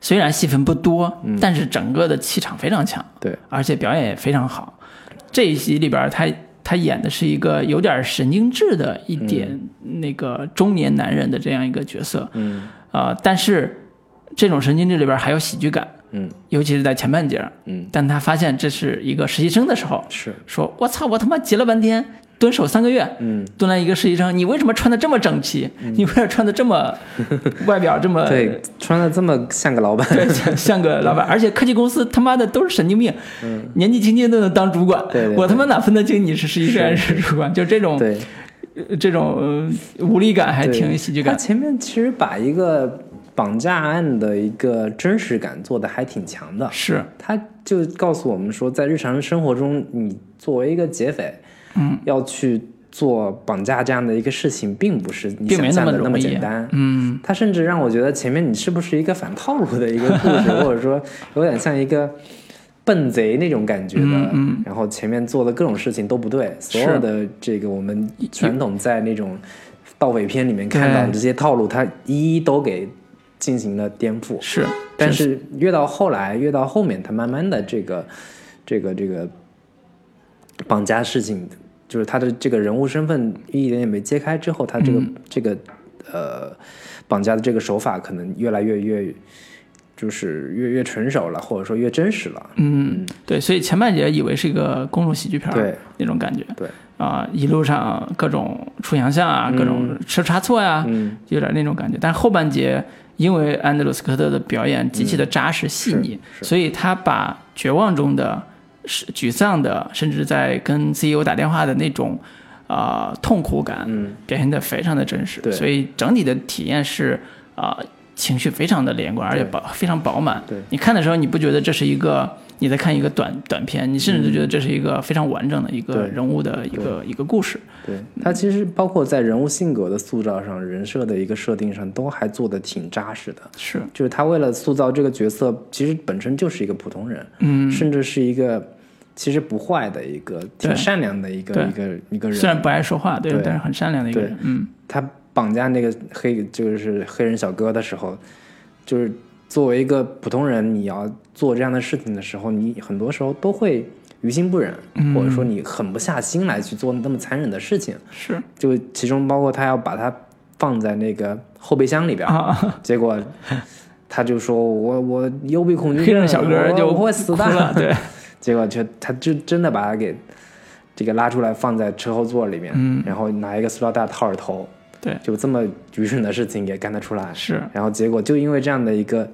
虽然戏份不多，但是整个的气场非常强，对，而且表演也非常好。这一集里边他，他演的是一个有点神经质的一点那个中年男人的这样一个角色，嗯呃，但是这种神经质里边还有喜剧感，嗯尤其是在前半节。嗯，但他发现这是一个实习生的时候，是说：“我操，我他妈急了半天，蹲守三个月，嗯。蹲了一个实习生，你为什么穿的这么整齐？你为什么穿的这 [LAUGHS] 么外表这么对，穿的这么像个老板，对，像 [LAUGHS] 像个老板，而且科技公司他妈的都是神经病，年纪轻轻都能当主管，嗯对对对我他妈哪分得清你是实习生还是主管？就这种 [LAUGHS] 对，呃这种呃无力感还对挺有喜剧他感，前面其实把一个绑架案的一个真实感做的还挺强的，是他就告诉我们说，在日常生活中，你作为一个劫匪，嗯，要去做绑架这样的一个事情，并不是你并没想象的那容么易简单，。嗯，他甚至让我觉得前面你是不是一个反套路的一个故 [LAUGHS] 事，或者说有点像一个笨贼那种感觉的。然后前面做的各种事情都不对，所有的这个我们传统在那种盗匪片里面看到的这些套路，他一一都给进行了颠覆。是，但是越到后来，越到后面，他慢慢的这个这个这个绑架事情，就是他的这个人物身份一点也没揭开之后，他这个、这个呃绑架的这个手法可能越来越越就是越越成熟了，或者说越真实了。嗯，对，所以前半节以为是一个公众喜剧片儿对那种感觉，对啊、一路上各种出洋相啊，各种吃差错呀、嗯有点那种感觉。但是后半节，因为安德鲁斯科特的表演极其的扎嗯实细腻，所以他把绝望中的、是沮丧的，甚至在跟 CEO 打电话的那种啊、呃痛苦感，嗯表现得非常的真实对。所以整体的体验是啊、呃情绪非常的连贯，而且饱非常饱满。对你看的时候，你不觉得这是一个你在看一个短短片，你甚至觉得这是一个非常完整的一个嗯对人物的一个一个故事。对他其实包括在人物性格的塑造上、人设的一个设定上，都还做的挺扎实的。是，就是他为了塑造这个角色，其实本身就是一个普通人，嗯，甚至是一个其实不坏的一个挺对善良的一个对啊一个一个虽人。然不爱说话，对，对但是很善良的一个对人。嗯，他绑架那个黑就是黑人小哥的时候，就是作为一个普通人，你要做这样的事情的时候，你很多时候都会于心不忍，嗯或者说你狠不下心来去做那么残忍的事情。是就其中包括他要把它放在那个后备箱里边儿，啊，结果他就说我我幽闭恐惧 [LAUGHS] 症，黑人小哥我就我会死哭的。 [LAUGHS] 了，对，结果就他就真的把他给这个拉出来放在车后座里面，嗯然后拿一个塑料袋套着头，对，就这么愚蠢的事情也干得出来。是然后结果就因为这样的一个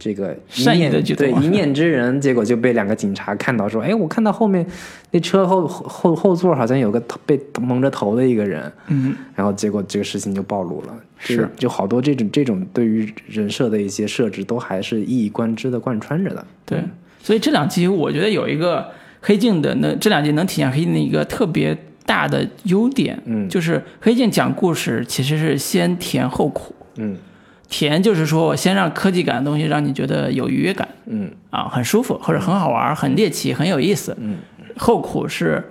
这个一嗯善意念的举动对一念之仁，结果就被两个警察看到说，哎，我看到后面那车后后后后座好像有个头被蒙着头的一个人，嗯，然后结果这个事情就暴露了，是就就好多这种这种对于人设的一些设置都还是一以贯之的贯穿着的，对。所以这两集我觉得有一个黑镜的那这两集能体现黑镜的一个特别大的优点，嗯就是黑镜讲故事其实是先甜后苦，嗯甜就是说我先让科技感的东西让你觉得有愉悦感嗯啊，很舒服或者很好玩、很猎奇、很有意思，嗯，后苦是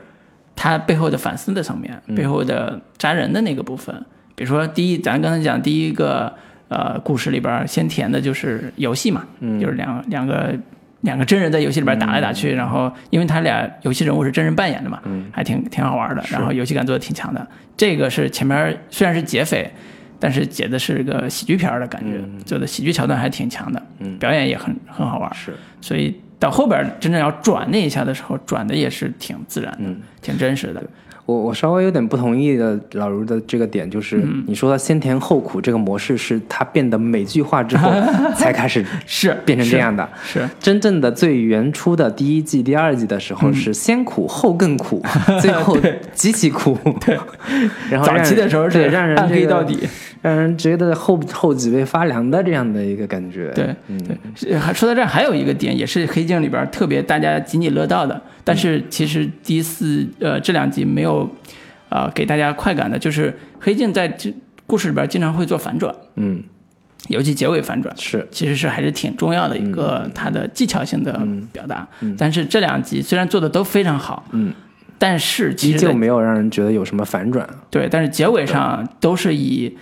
它背后的反思的层面，背后的扎人的那个部分。比如说，第一，咱刚才讲第一个呃故事里边儿先填的就是游戏嘛，就是两两个两个真人在游戏里边打来打去，然后因为他俩游戏人物是真人扮演的嘛，还挺挺好玩的，然后游戏感做的挺强的。这个是前面虽然是劫匪。但是解的是个喜剧片儿的感觉，做的喜剧桥段还挺强的，表演也很很好玩。是。所嗯以到后边真正要转那一下的时候，转的也是挺自然的，挺真实的。我我稍微有点不同意的老卢的这个点，就是嗯你说的先甜后苦这个模式是它变得美剧化 [LAUGHS] 之后才开始是变成这样的。是真正的最原初的第一季、第二季的时嗯候是先苦后 [LAUGHS] 更苦，最后极其苦。对，然后早让期的时候对是让人暗这黑个到底，让人觉得后后脊背发凉的这样的一个感觉。对嗯，对，还说到这儿还有一个点，也是黑镜里边儿特别大家津津乐道的，但是其实第四呃这两集没有啊、呃给大家快感的，就是黑镜在这故事里边儿经常会做反转，嗯，尤其结尾反转，是其实是还是挺重要的一嗯个它的技巧性的表达。但是这两集虽然做的都非常好，嗯，但是其依实旧在没有让人觉得有什么反转。对，但是结尾上都是以。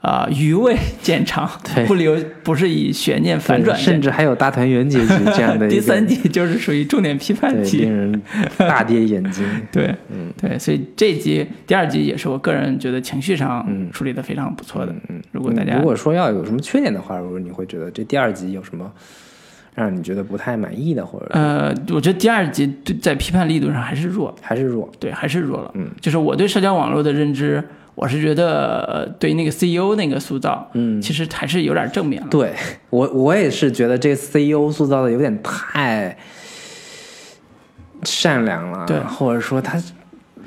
啊、余味见长 [LAUGHS] 对，不留不是以悬念反转对见甚至还有大团圆结局这样 [LAUGHS] 的一个第三集就是属于重点批判对，集令。人大跌眼镜。对，嗯对，所以这一集、第二集也是我个人觉得情绪上嗯处理的非常不错的。嗯， [LAUGHS] 如果大家如果说要有什么缺点的话，如果你会觉得这第二集有什么让你觉得不太满意的，或者呃，我觉得第二集对在批判力度上还是弱，还是弱，对，还是弱了。嗯，就是我对社交网络的认知，我是觉得呃对那个 CEO 那个塑造，嗯，其实还是有点正面了。对我我也是觉得这 CEO 塑造的有点太善良了，对或者说他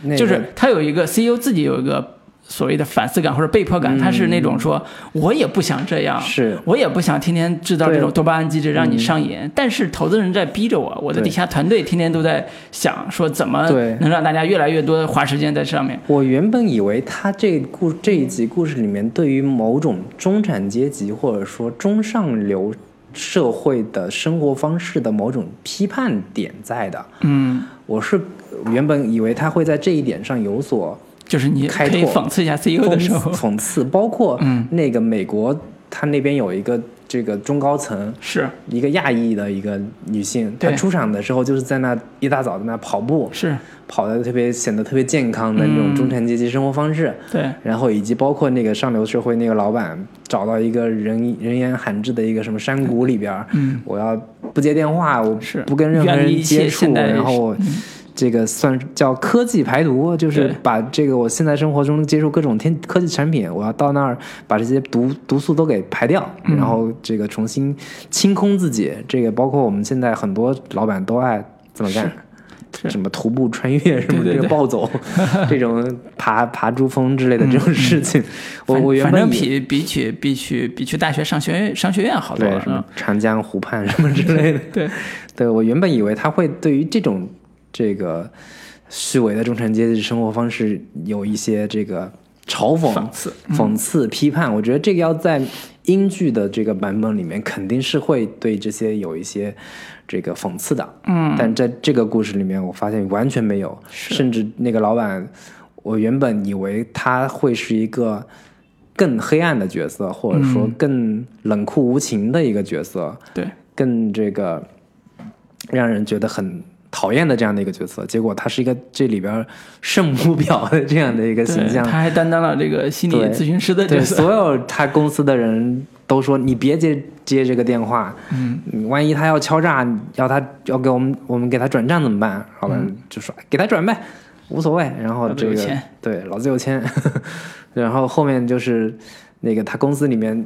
那个就是他有一个 CEO 自己有一个所谓的反思感或者被迫感，他是那种说我也不想这样，嗯是我也不想天天制造对嗯这种多巴胺机制让你上瘾，但是投资人在逼着我，我的对底下团队天天都在想说怎么对能让大家越来越多地花时间在上面。我原本以为他这故这一集故事里面对于某种中产阶级或者说中上流社会的生活方式的某种批判点在的，嗯，我是原本以为他会在这一点上有所就是你开可拓以讽刺一下 CEO 讽的时 [LAUGHS] 刺候，讽刺，包括那个美国，他那边有一个这个中高层，是一个亚裔的一个女性，她对出场的时候就是在那一大早在那跑步，是，跑的特别显得特别健康的那种中产阶级生活方式。对然后以及包括那个上流社会那个老板找到一个人人烟罕至的一个什么山谷里边，嗯，我要不接电话，我是不跟任何远离人一切接触，现代然后我这个算是叫科技排毒，就是对把这个我现在生活中接触各种天科技产品，我要到那儿把这些毒毒素都给排掉，嗯然后这个重新清空自己。这个包括我们现在很多老板都爱这么干。是什么徒步穿越什么对对这对个暴 [LAUGHS] 走，这种爬爬珠峰之类的这种事情，嗯我反我原反本正比以比起比去比去大学上学院商学院好多对了什么嗯。长江湖畔 [LAUGHS] 什么之类的，对， [LAUGHS] 对我原本以为他会对于这种这个虚伪的中产阶级生活方式有一些这个嘲讽、讽刺、嗯讽刺、批判。我觉得这个要在英剧的这个版本里面，肯定是会对这些有一些这个讽刺的。嗯，但在这个故事里面，我发现完全没有，甚至那个老板，我原本以为他会是一个。更黑暗的角色，或者嗯说更冷酷无情的一个角色，对，更这个让人觉得很讨厌的这样的一个角色，结果他是一个这里边圣母婊的这样的一个对形象，他还担当了这个心理对咨询师的角对色。所有他公司的人都说你别接接这个电话，嗯，万一他要敲诈，要他要给我们我们给他转账怎么嗯办？老板就说、哎给他转呗，无所谓。然后老子这有个钱对老子有钱， [LAUGHS] 然后后面就是那个他公司里面。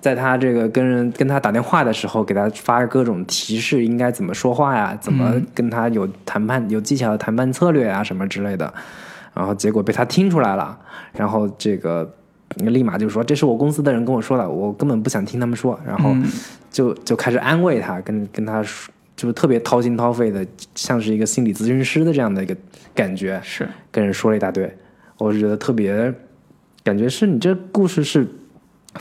在他这个跟人跟他打电话的时候，给他发各种提示，应该怎么说话呀，怎嗯么跟他有谈判、有技巧的谈判策略啊，什么之类的。然后结果被他听出来了，然后这个立马就说这是我公司的人跟我说的，我根本不想听他们说，然后就就开始安慰他，跟跟他说，就是特别掏心掏肺的，像是一个心理咨询师的这样的一个感觉，是，跟人说了一大堆，我是觉得特别，感觉是你这故事是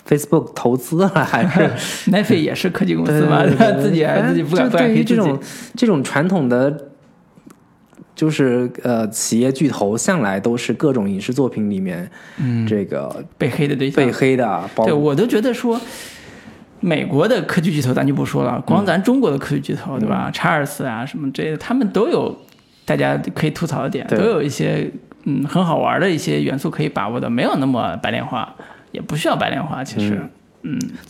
Facebook 投资了还是？奈飞也是科技公对司嘛，对对对自己还自己不敢就不敢对于黑这自己种。这种传统的，就是呃企业巨头向来都是各种影视作品里面，嗯，这个被黑的对象被。黑的，包对，我都觉得说，美国的科技巨头咱就不说了，嗯光咱中国的科技巨头，对吧？查尔斯啊什么这些，他们都有大家可以吐槽的点，对都有一些嗯很好玩的一些元素可以把握的，没有那么白莲花，也不需要白莲花，其嗯实。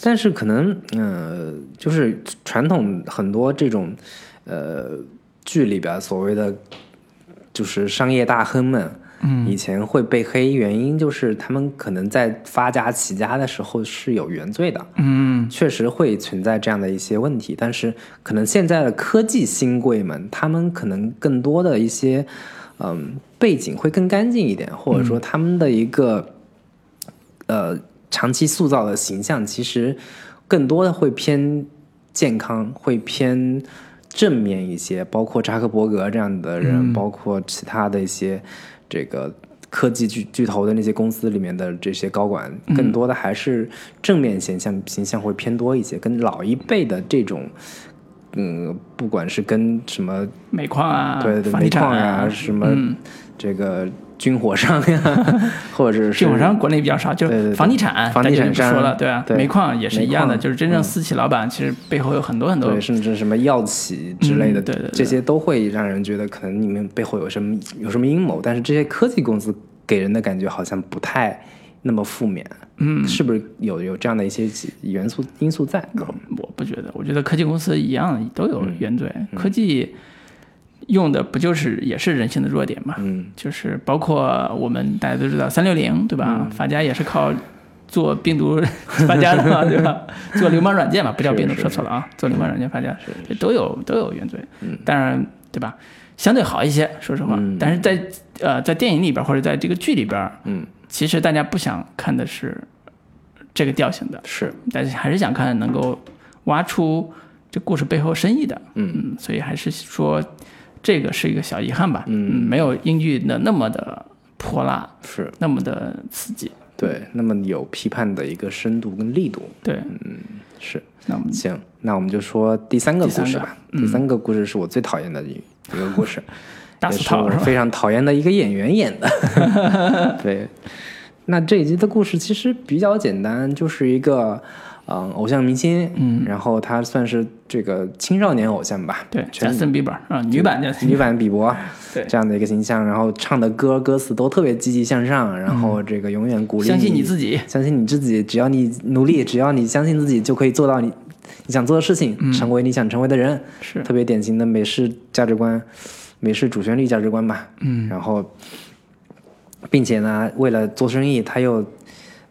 但是可能，呃，就是传统很多这种，呃，剧里边所谓的，就是商业大亨们，嗯，以前会被黑，原因就是他们可能在发家起家的时候是有原罪的，嗯，确实会存在这样的一些问题。但是可能现在的科技新贵们，他们可能更多的一些，嗯，背景会更干净一点，或者说他们的一个，呃，长期塑造的形象，其实更多的会偏健康，会偏。正面一些，包括扎克伯格这样的人，嗯包括其他的一些这个科技巨巨头的那些公司里面的这些高管，嗯更多的还是正面形象形象会偏多一些，跟老一辈的这种，嗯，不管是跟什么煤矿啊，对对房煤地产啊嗯矿啊呀，什么这个军火商呀， [LAUGHS] 或者是基本上国内比较少，就对对是对房地产，房地咱就产不说了，商对啊，对煤矿也是一样煤的，矿嗯就是真正私企老板，其实背后有很多很多对，甚至什么药企之类的，嗯嗯对对对这些都会让人觉得可能你们背后有什么有什么阴谋。但是这些科技公司给人的感觉好像不太那么负面，嗯，是不是有有这样的一些元素因素在？我不觉得，我觉得科技公司一样都嗯有原罪，科技用的不就是也是人性的弱点嘛？嗯，就是包括我们大家都知道三六零对嗯吧？法家也是靠做病毒 [LAUGHS] 发家的嘛，对 [LAUGHS] 吧？做流氓软件嘛，不叫病毒，是嗯说错了啊，做流氓软件发家，这都有都有原罪，当然对吧？相对好一些，说实话，嗯但是在呃在电影里边或者在这个剧里边，嗯，其实大家不想看的是这个调性的，是，但是还是想看能够挖出这故事背后深意的，嗯嗯，所以还是说这个是一个小遗憾吧，嗯没有英剧的那么的泼辣，是那么的刺激，对。那么有批判的一个深度跟力度，对，嗯是那我们行。那我们就说第三个第三故个嗯事吧。第三个故事是我最讨厌的一一个故事。大也俗是套我是吧？非常讨厌的一个演员演的。 [LAUGHS] 对，那这一集的故事其实比较简单，就是一个嗯、呃偶像明星，嗯，然后他算是这个青少年偶像吧，对全，Justin Bieber 啊，女版的，女版比伯 [LAUGHS] 对这样的一个形象，然后唱的歌歌词都特别积极向上，然后这个永远鼓嗯励相信你自己，相信你自己，只要你努力，只要你相信自己，就可以做到你你想做的事情，成为你想成为的人。嗯是特别典型的美式价值观，美式主旋律价值观吧。嗯，然后，并且呢，为了做生意，他又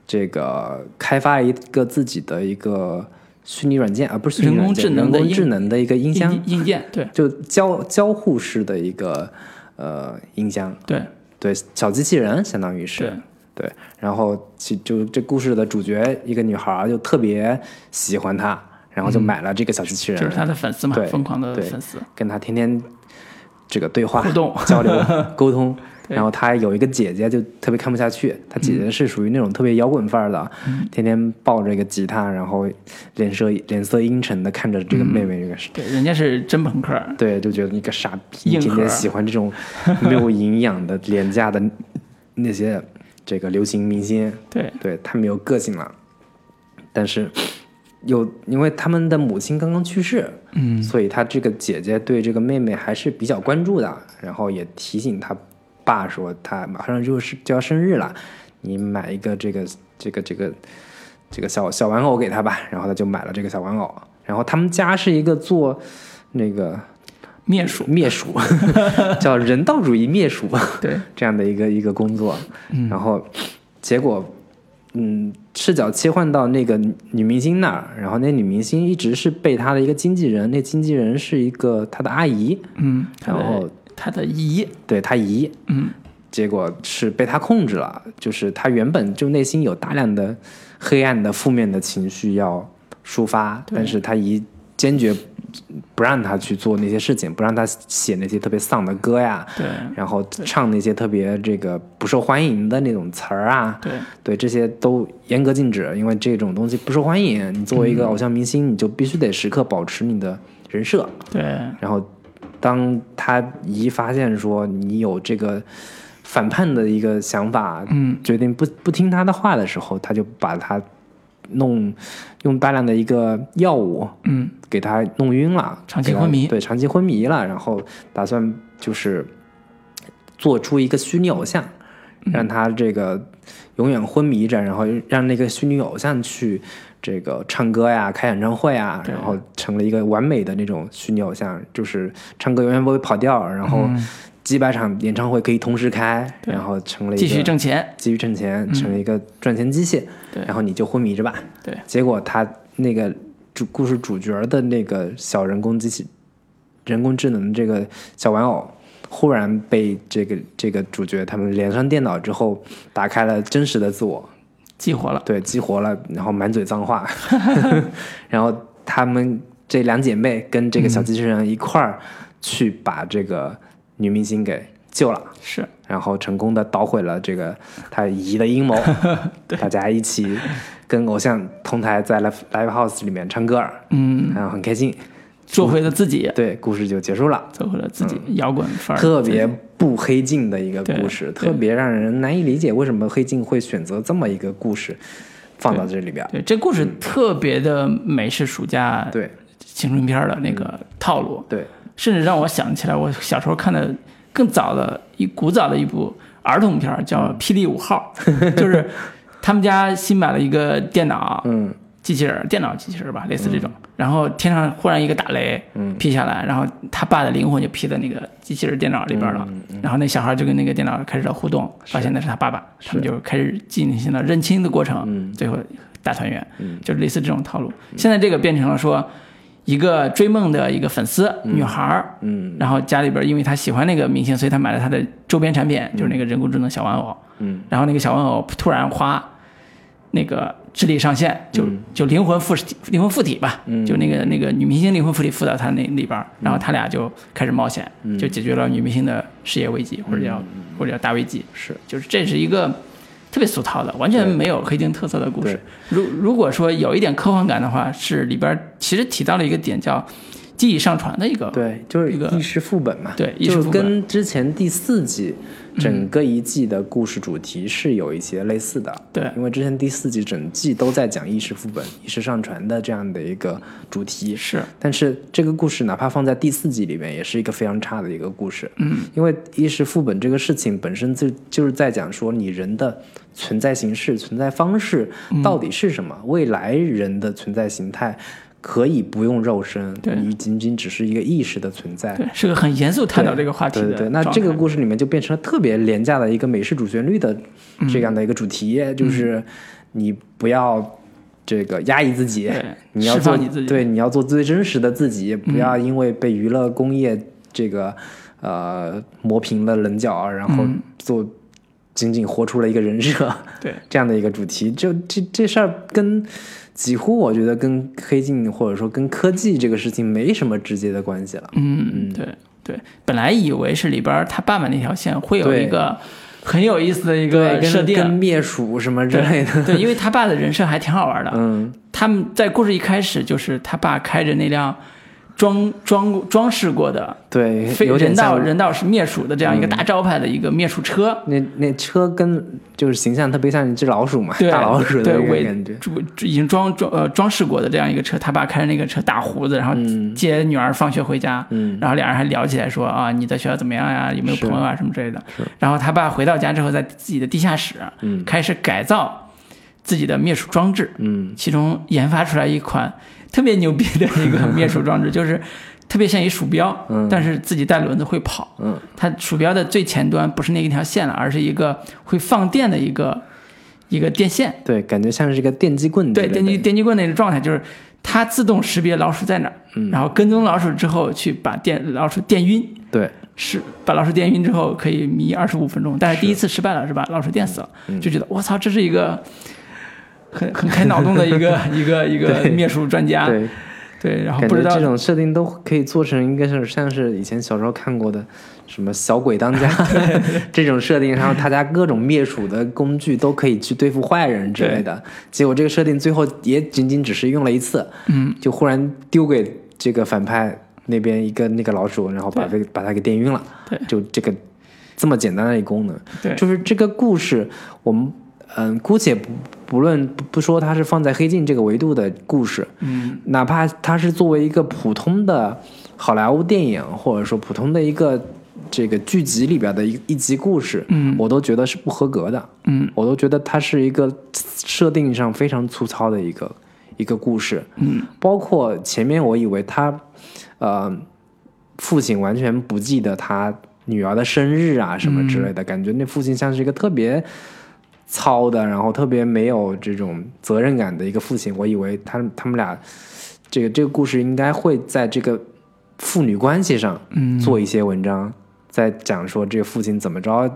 这个开发一个自己的一个虚拟软件啊，不是虚拟人工软件智能的人工音智能的一个音箱硬，硬件，对就交交互式的一个呃音箱，对对，小机器人相当于是。对，对，然后其就这故事的主角一个女孩儿就特别喜欢他，然后就买了这个小机器人，嗯就是他的粉丝嘛啊对，疯狂的对粉丝，跟他天天这个对话、互动 [LAUGHS] 交流、沟通。对嗯然后他有一个姐姐，就特别看不下去。他姐姐是属于那种特别摇滚范儿的，天天抱着一个吉他，然后脸色脸色阴沉的看着这个嗯妹妹，这个是、对，人家是真朋克，对，就觉得你个傻逼，硬天核天喜欢这种 [LAUGHS] 没有营养的、廉价的那些这个流行明星。对，对，太没有个性了。但是有，因为他们的母亲刚刚去世，嗯，所以他这个姐姐对这个妹妹还是比较关注的，然后也提醒他爸说，他马上就是就要生日了，你买一个这个这个这个这个小小玩偶给他吧。然后他就买了这个小玩偶。然后他们家是一个做那个灭鼠，灭鼠， [LAUGHS] 叫人道主义灭鼠。对， [LAUGHS] 这样的一个一个工作，然后结果，嗯，视角切换到那个女明星那儿，然后那女明星一直是被她的一个经纪人，那经纪人是一个她的阿姨，嗯，他然的后他的姨，对她姨，嗯，结果是被她控制了，就是她原本就内心有大量的黑暗的负面的情绪要抒发，但是她姨坚决不让她去做那些事情，不让她写那些特别丧的歌呀，对然后唱那些特别这个不受欢迎的那种词儿啊，对对这些都严格禁止，因为这种东西不受欢迎。你作为一个偶像明星，你就必须得时刻保持你的人设。对，然后，当他一发现说你有这个反叛的一个想法，嗯，决定不不听他的话的时候，他就把他弄用大量的一个药物，嗯，给他弄晕了，长期给他昏迷对，长期昏迷了，然后打算就是做出一个虚拟偶像，让他这个永远昏迷着，然后让那个虚拟偶像去这个唱歌呀、开演唱会啊，对然嗯后成了一个完美的那种虚拟偶像，就是唱歌永远不会跑调，然后几百场演唱会可以同时开，然后成了一个继续挣钱，继续挣钱，成了一个赚钱机械，嗯对然后你就昏迷着吧。对，结果他那个主故事主角的那个小人工机器、人工智能这个小玩偶，忽然被这个这个主角他们连上电脑之后，打开了真实的自我，激活了，对，激活了，然后满嘴 [LAUGHS] 脏话，然后他们这两姐妹跟这个小机器人一块儿嗯去把这个女明星给救了。是然后成功的捣毁了这个他姨的阴 [LAUGHS] 谋，大家一起跟偶像同台在 live live house 里面唱歌，嗯，然后很开心，做回了自己，对，故事就结束了，做回了自己摇滚范儿，嗯特别不黑镜的一个故事，对对特别让人难以理解为什么黑镜会选择这么一个故事放到这里边，对，这故事特别的美式暑假对青春片儿的那个套路，对，甚至让我想起来我小时候看的更早的一古早的一部儿童片儿，叫《霹雳五号》，就是他们家新买了一个电脑，嗯，机器人儿，电脑机器人儿吧，类似这种。然后天上忽然一个打雷，劈下来，然后他爸的灵魂就劈在那个机器人电脑里边了。然后那小孩就跟那个电脑开始了互动，发现那是他爸爸，他们就开始进行了认亲的过程，最后大团圆，就是类似这种套路。现在这个变成了说。一个追梦的一个粉丝、女孩儿，嗯，然后家里边儿因为她喜欢那个明星，所以她买了她的周边产品，就是那个人工智能小玩偶，嗯，然后那个小玩偶突然哗那个智力上线，就、嗯就灵魂附体，灵魂附体吧，就那个那个女明星灵魂附体附到他那里边儿，嗯然后他俩就开始冒险，就解决了女明星的事业危机，或者叫、或者叫大危机，嗯是就是这是一个特别俗套的，完全没有黑镜特色的故事对。如如果说有一点科幻感的话，是里边儿其实提到了一个点叫记忆上传的一个，对，就是一个意识副本嘛，对意识就副本嗯跟之前第四季整个一季的故事主题是有一些类似的，对因为之前第四季整季都在讲意识副本、意识上传的这样的一个主题，是但是这个故事哪怕放在第四季里面，也是一个非常差的一个故事。嗯，因为意识副本这个事情本身就就是在讲说你人的存在形式、存在方式嗯到底是什么，未来人的存在形态。可以不用肉身，对你仅仅只是一个意识的存在。对，是个很严肃探讨这个话题的对对对，那状这个态故事里面就变成了特别廉价的一个美式主旋律的嗯这样的一个主题，就是你不要这个压抑自己对，你要释做放你自己嗯对，你要做最真实的自己，不要因为被娱乐工业这个呃磨平了棱角，然后嗯做仅仅活出了一个人设。对这样的一个主题，就这这事儿跟几乎我觉得跟黑镜或者说跟科技这个事情没什么直接的关系了。嗯，对对，本来以为是里边儿他爸爸那条线会有对一个很有意思的一对，个跟设跟定，灭鼠什么之类的。对，因为他爸的人设还挺好玩的。 [LAUGHS] 嗯，他们在故事一开始就是他爸开着那辆装装装饰过的对，非有点人道像人道是灭鼠的这样一个大招牌的一个灭鼠车，那那车跟就是形象特别像一只老鼠嘛，对大老鼠的对那个伪感觉。就就已经装装呃装饰过的这样一个车，他爸开着那个车打胡子，然后接女儿放学回家，嗯然后俩人还聊起来说啊你在学校怎么样呀，有没有是朋友啊什么之类的。然后他爸回到家之后，在自己的地下室、开始改造自己的灭鼠装置，嗯，其中研发出来一款特别牛逼的一 [LAUGHS] 个灭鼠装置，就是特别像一鼠标，嗯但是自己带轮子会跑。嗯，它鼠标的最前端不是那一条线了，而是一个会放电的一个一个电线。对，感觉像是一个电击棍之对，类的。电击电击棍那个状态就是它自动识别老鼠在哪儿，嗯然后跟踪老鼠之后去把电老鼠电晕，对，是把老鼠电晕之后可以迷二十五分钟，但是第一次失败了是吧？老鼠电死了，嗯就觉得我操，这是一个 [LAUGHS] 很很开脑洞的一个一个一个对灭鼠专家，对，对然后感不觉知道这种设定都可以做成一个是像是以前小时候看过的什么小鬼当 [LAUGHS] 家 [LAUGHS] 这种设定，然后他家各种灭鼠的工具都可以去对付坏人之类的。结果这个设定最后也仅仅只是用了一次，嗯，就忽然丢给这个反派那边一个那个老鼠，然后把这个把它给电晕了，对就这个这么简单的一个功能。对就是这个故事，我们嗯，姑且不不论不不说它是放在黑镜这个维度的故事，嗯，哪怕它是作为一个普通的好莱坞电影，或者说普通的一个这个剧集里边的一一集故事，嗯，我都觉得是不合格的，嗯，我都觉得它是一个设定上非常粗糙的一个一个故事，嗯，包括前面我以为他，呃，父亲完全不记得他女儿的生日啊什么之类的，感觉那父亲像是一个特别糙的，然后特别没有这种责任感的一个父亲。我以为他他们俩这个这个故事应该会在这个父女关系上嗯做一些文章，在讲说这个父亲怎么着。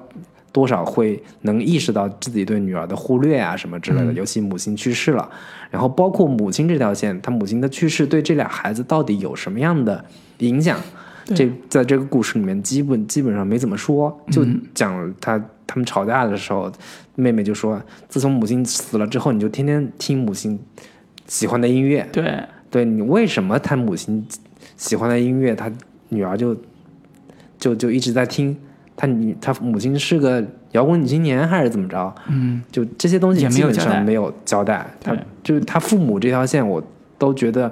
多少会能意识到自己对女儿的忽略啊什么之类的，尤其母亲去世了，然后包括母亲这条线，她母亲的去世对这俩孩子到底有什么样的影响？这在这个故事里面基本基本上没怎么说，就讲他他们吵架的时候，妹妹就说，自从母亲死了之后，你就天天听母亲喜欢的音乐，对，对你为什么他母亲喜欢的音乐，他女儿就就就一直在听，他女他母亲是个摇滚女青年还是怎么着？嗯，就这些东西也没基有本交代上没有交代，他对就是他父母这条线，我都觉得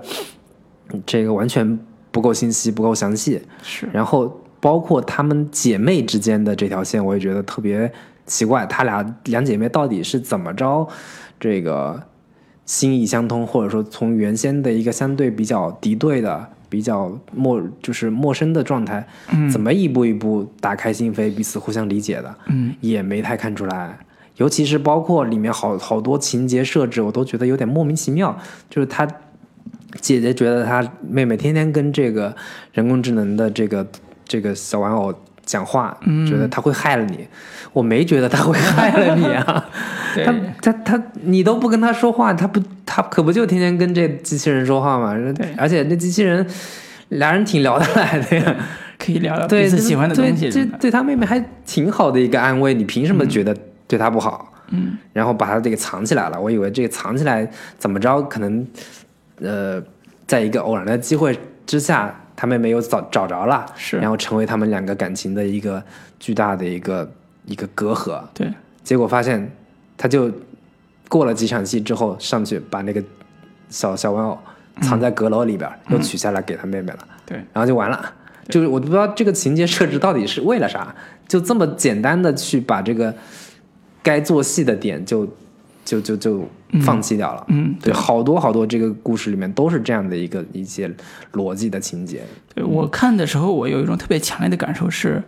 嗯这个完全不够信息，不够详细。是，然后包括她们姐妹之间的这条线，我也觉得特别奇怪，她俩两姐妹到底是怎么着，这个心意相通，或者说从原先的一个相对比较敌对的、比较陌就是陌生的状态，怎么一步一步打开心扉，彼此互相理解的，嗯，也没太看出来。尤其是包括里面好好多情节设置，我都觉得有点莫名其妙。就是她姐姐觉得她妹妹天天跟这个人工智能的这个这个小玩偶讲话，觉得她会害了你。我没觉得她会害了你啊，嗯 [LAUGHS] 对她她她，你都不跟她说话，她不她可不就天天跟这机器人说话嘛？而且那机器人俩人挺聊得来的呀。可以聊聊对彼此喜欢的东西什对对么的，对他妹妹还挺好的一个安慰，你凭什么觉得对她不好？嗯，然后把她这个藏起来了，我以为这个藏起来怎么着，可能呃，在一个偶然的机会之下，他妹妹又找找着了，是然后成为他们两个感情的一个巨大的一个一个隔阂。对，结果发现，他就过了几场戏之后，上去把那个小小玩偶嗯藏在阁楼里边，又取下来给他妹妹了。对，然后就完了。就是我不知道这个情节设置到底是为了啥，就这么简单的去把这个该做戏的点就就就就放弃掉了。嗯，对，好多好多这个故事里面都是这样的一个一些逻辑的情节。对我看的时候，我有一种特别强烈的感受是，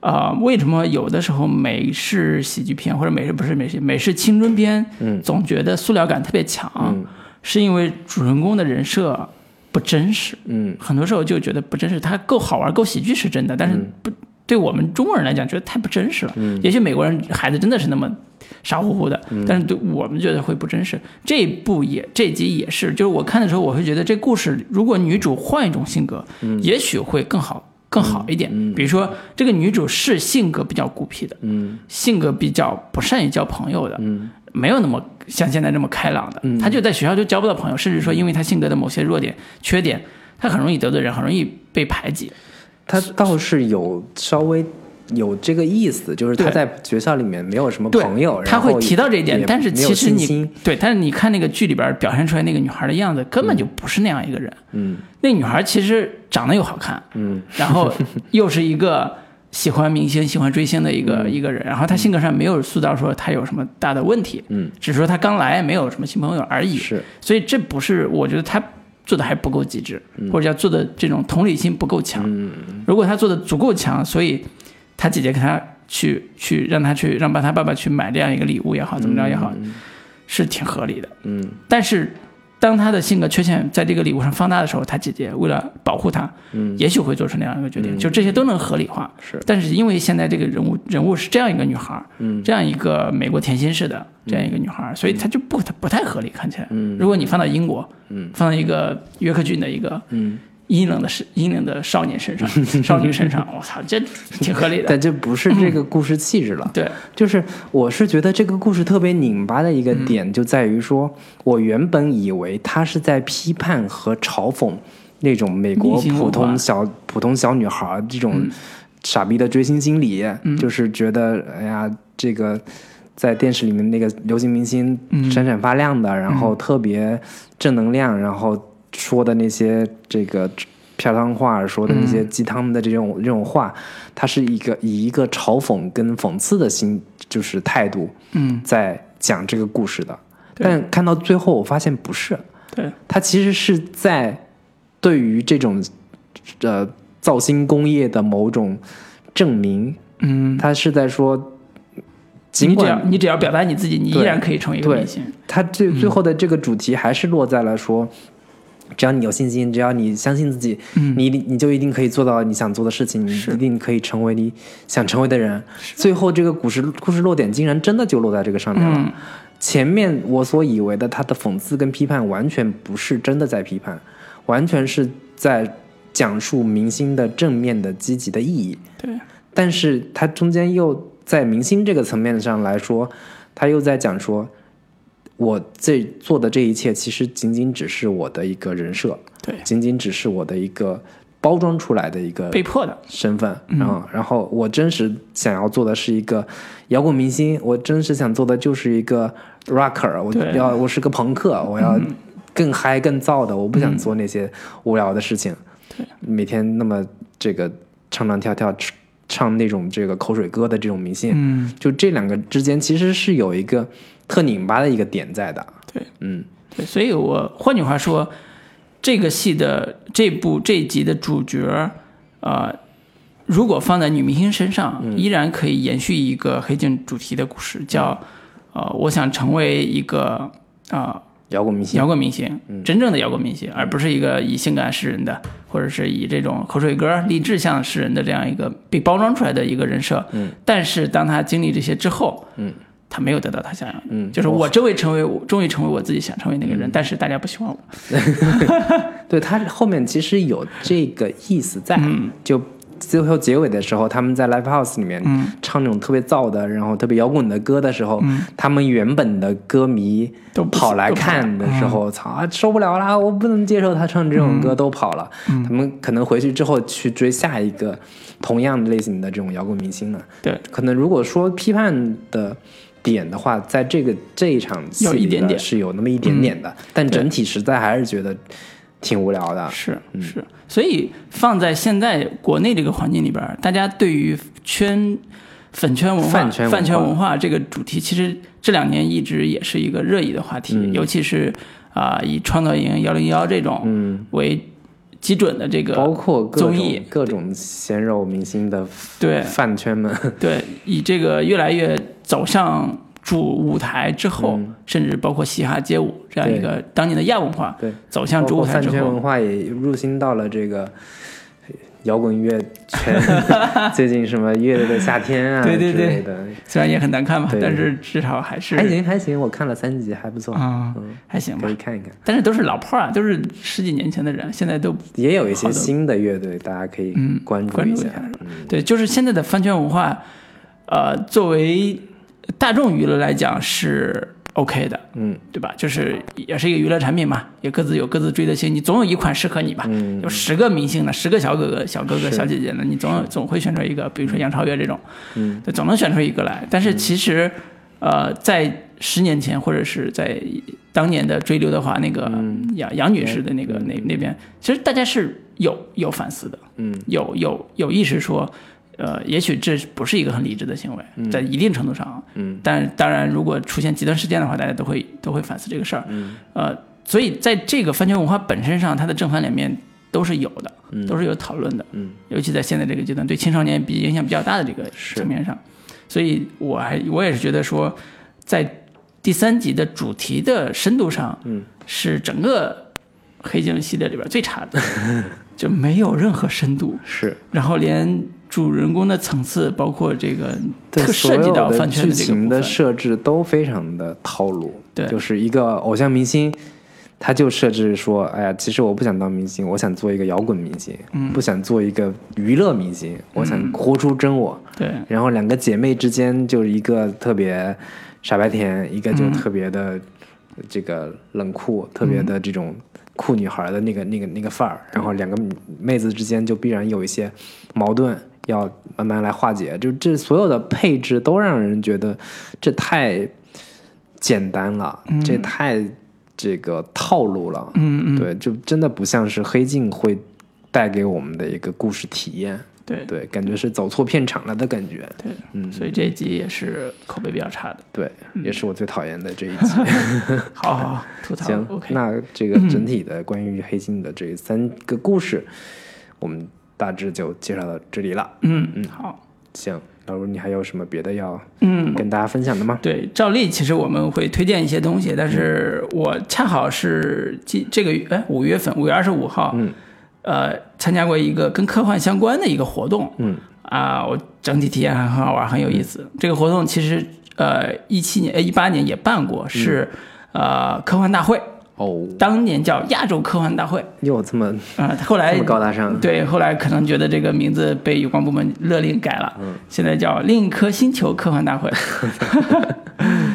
啊、为什么有的时候美式喜剧片或者美式不是美式美式青春片，嗯，总觉得塑料感特别强，是因为主人公的人设不真实，嗯，很多时候就觉得不真实。它够好玩、够喜剧是真的，但是嗯不、对我们中国人来讲，觉得太不真实了。也许美国人孩子真的是那么傻乎乎的，嗯但是对我们觉得会不真实。这一部也这一集也是，就是我看的时候，我会觉得这故事如果女主换一种性格，嗯也许会更好。更好一点，比如说这个女主是性格比较孤僻的，嗯性格比较不善于交朋友的，嗯没有那么像现在这么开朗的，他就在学校就交不到朋友，甚至说因为他性格的某些弱点、缺点，他很容易得罪人，很容易被排挤。他倒是有稍微有这个意思，就是他对在学校里面没有什么对朋友，，他然后会提到这一点也，但是没有其实信你心对，但是你看那个剧里边表现出来那个女孩的样子，根本就不是那样一个人。嗯那女孩其实长得又好看，嗯，然后又是一个喜欢明星、喜欢追星的一嗯个、一个人，然后她性格上没有塑造说她有什么大的问题，嗯，只是说她刚来没有什么新朋友而已。是所以这不是我觉得他做的还不够极致，嗯或者叫做的这种同理心不够强。如果他做的足够强，所以他姐姐给他去去让他去让帮他爸爸去买这样一个礼物也好，怎么着也好，是挺合理的。嗯但是当他的性格缺陷在这个礼物上放大的时候，他姐姐为了保护他，嗯也许会做出那样一个决定，就这些都能合理化。是但是因为现在这个人物人物是这样一个女孩儿，嗯这样一个美国甜心式的这样一个女孩儿，所以她就不她不太合理，看起来。嗯如果你放到英国，嗯，放到一个约克郡的一个嗯，阴冷的是阴冷的少年身 [LAUGHS] 上，少女身上，我操，这挺合理的。但这不是这个故事气质了。对，就是我是觉得这个故事特别拧巴的一个点，嗯就在于说，我原本以为他是在批判和嘲讽那种美国逆行文化嗯普通小普通小女孩儿这种傻逼的追星心理，就是觉得哎呀，这个在电视里面那个流行明星嗯闪闪发亮的，然后特别正能量，然后说的那些这个。漂亮话说的那嗯些鸡汤的这种、这种话，他是一个以一个嘲讽跟讽刺的心就是态度嗯，在讲这个故事的，对但看到最后我发现不是，对，他其实是在对于这种呃造星工业的某种证明，嗯，他是在说，尽你只要管你只要表达你自己，你依对然可以成为一个对明星。他最嗯最后的这个主题还是落在了说，只要你有信心，只要你相信自己，嗯你一定你就一定可以做到你想做的事情，你一定可以成为你想成为的人。 [LAUGHS] 最后这个故事故事落点竟然真的就落在这个上面了。嗯前面我所以为的他的讽刺跟批判，完全不是真的在批判，完全是在讲述明星的正面的、积极的意义。对，但是它中间又在明星这个层面上来说，他又在讲说，我这做的这一切其实仅仅只是我的一个人设，对，仅仅只是我的一个包装出来的一个被迫的，身份，嗯然后、然后我真实想要做的是一个摇滚明星，我真实想做的就是一个 rocker，我对嗯要我是个朋克，我要更嗨更燥的，我不想做那些无聊的事情，对每天那么这个唱唱跳跳吃唱那种这个口水歌的这种明星，嗯，就这两个之间其实是有一个特拧巴的一个点在的，对，嗯，对，所以我换句话说，这个戏的这部这一集的主角，呃，如果放在女明星身上，依然可以延续一个黑镜主题的故事，叫呃，我想成为一个啊、摇滚明星摇滚明星，真正的摇滚明星，而不是一个以性感示人的，或者是以这种口水歌励志向示人的这样一个被包装出来的一个人设。嗯，但是当他经历这些之后，嗯，哦他没有得到他想要的，嗯就是我终于成为我终于成为我自己想成为那个人，但是大家不喜欢我。对他后面其实有这个意思在，嗯就最后结尾的时候，他们在 live house 里面嗯唱那种特别燥的，然后特别摇滚的歌的时候，他们原本的歌迷都不嗯跑来看的时候，操、啊，受不了啦！我不能接受他唱这种歌，都跑了。嗯他们可能回去之后去追下一个同样类型的这种摇滚明星了。对，可能如果说批判的点的话，在这个这一场戏有一里点呢点嗯是有那么一点点的，但对整体实在还是觉得挺无聊的。是是，所以放在现在国内这个环境里边儿，大家对于圈粉圈文化、饭圈文化文化这个主题，其实这两年一直也是一个热议的话题，嗯尤其是啊、以创造营幺零幺这种为基准的这个嗯包括各综艺种各种鲜肉明星的 [LAUGHS] 对饭圈们，对，以这个越来越走上主舞台之后，甚至包括嘻哈街舞这样一嗯对个当年的亚文化对，走向主包舞括台饭之圈后文，化也入侵到了这个摇滚乐圈。 [LAUGHS] 最近什么《乐队的夏天》啊，对对对之类的，虽然也很难看吧，对哎但是至少还是还行还行，我看了三集，还不错，啊、还行吧可以。看一看。但是都是老炮儿啊，都是十几年前的人，现在都也有一好些的新的乐队，大家可以嗯关注关注下嗯一。下对，就是现在的饭圈文化，呃，作为大众娱乐来讲是 OK 的，嗯，对吧？就是也是一个娱乐产品嘛，也各自有各自追的星，你总有一款适合你吧。嗯有十个明星呢，十个小哥哥、小哥哥、是小姐姐呢，你总有总会选出一个，比如说杨超越这种，嗯，对，总能选出一个来。但是其实，呃，在十年前或者是在当年的追刘德华那个嗯杨杨女士的那个那那边，其实大家是有有反思的，嗯，有有有意识说。呃，也许这不是一个很理智的行为，在一定程度上啊，嗯但当然，如果出现极端事件的话，大家都会都会反思这个事儿。嗯，呃，所以在这个饭圈文化本身上，它的正反两面都是有的，嗯都是有讨论的。嗯，尤其在现在这个阶段，对青少年比影响比较大的这个是层面上，所以我还我也是觉得说，在第三集的主题的深度上，嗯，是整个黑镜系列里边最差的，就没有任何深度。是。然后连主人公的层次，包括这个对特所涉及有到的饭圈剧的这个情部的分，设置都非常的套路，对就是一个偶像明星，他就设置说，哎呀，其实我不想当明星，我想做一个摇滚明星，嗯不想做一个娱乐明星，我想活出真我。对然后两个姐妹之间就是一个特别傻白甜，一个嗯就特别的这个冷酷，特别的这种酷女孩的那个那个那个范儿。然后两个妹子之间就必然有一些矛盾，要慢慢来化解。就这所有的配置都让人觉得这太简单了，这太这个套路了。嗯嗯，对，就真的不像是黑镜会带给我们的一个故事体验。对对，感觉是走错片场了的感觉。对，嗯所以这一集也是口碑比较差的。对，也是我最讨厌的这一集。嗯 [LAUGHS] 好好好，吐槽行 OK，嗯那这个整体的关于黑镜的这三个故事，我们大致就介绍到这里了。嗯嗯，好。行，老卢，你还有什么别的要嗯跟大家分享的吗？对，照例其实我们会推荐一些东西，但是我恰好是今这个月哎五月份五月二十五号，嗯，呃，参加过一个跟科幻相关的一个活动，嗯啊，我整体体验还很好玩，很有意嗯思。这个活动其实呃一七年呃一八年也办过，是、嗯呃科幻大会，哦，当年叫亚洲科幻大会又这么啊、后来这么高大上，对，后来可能觉得这个名字被有关部门勒令改了，嗯现在叫另一颗星球科幻大 [LAUGHS] 会。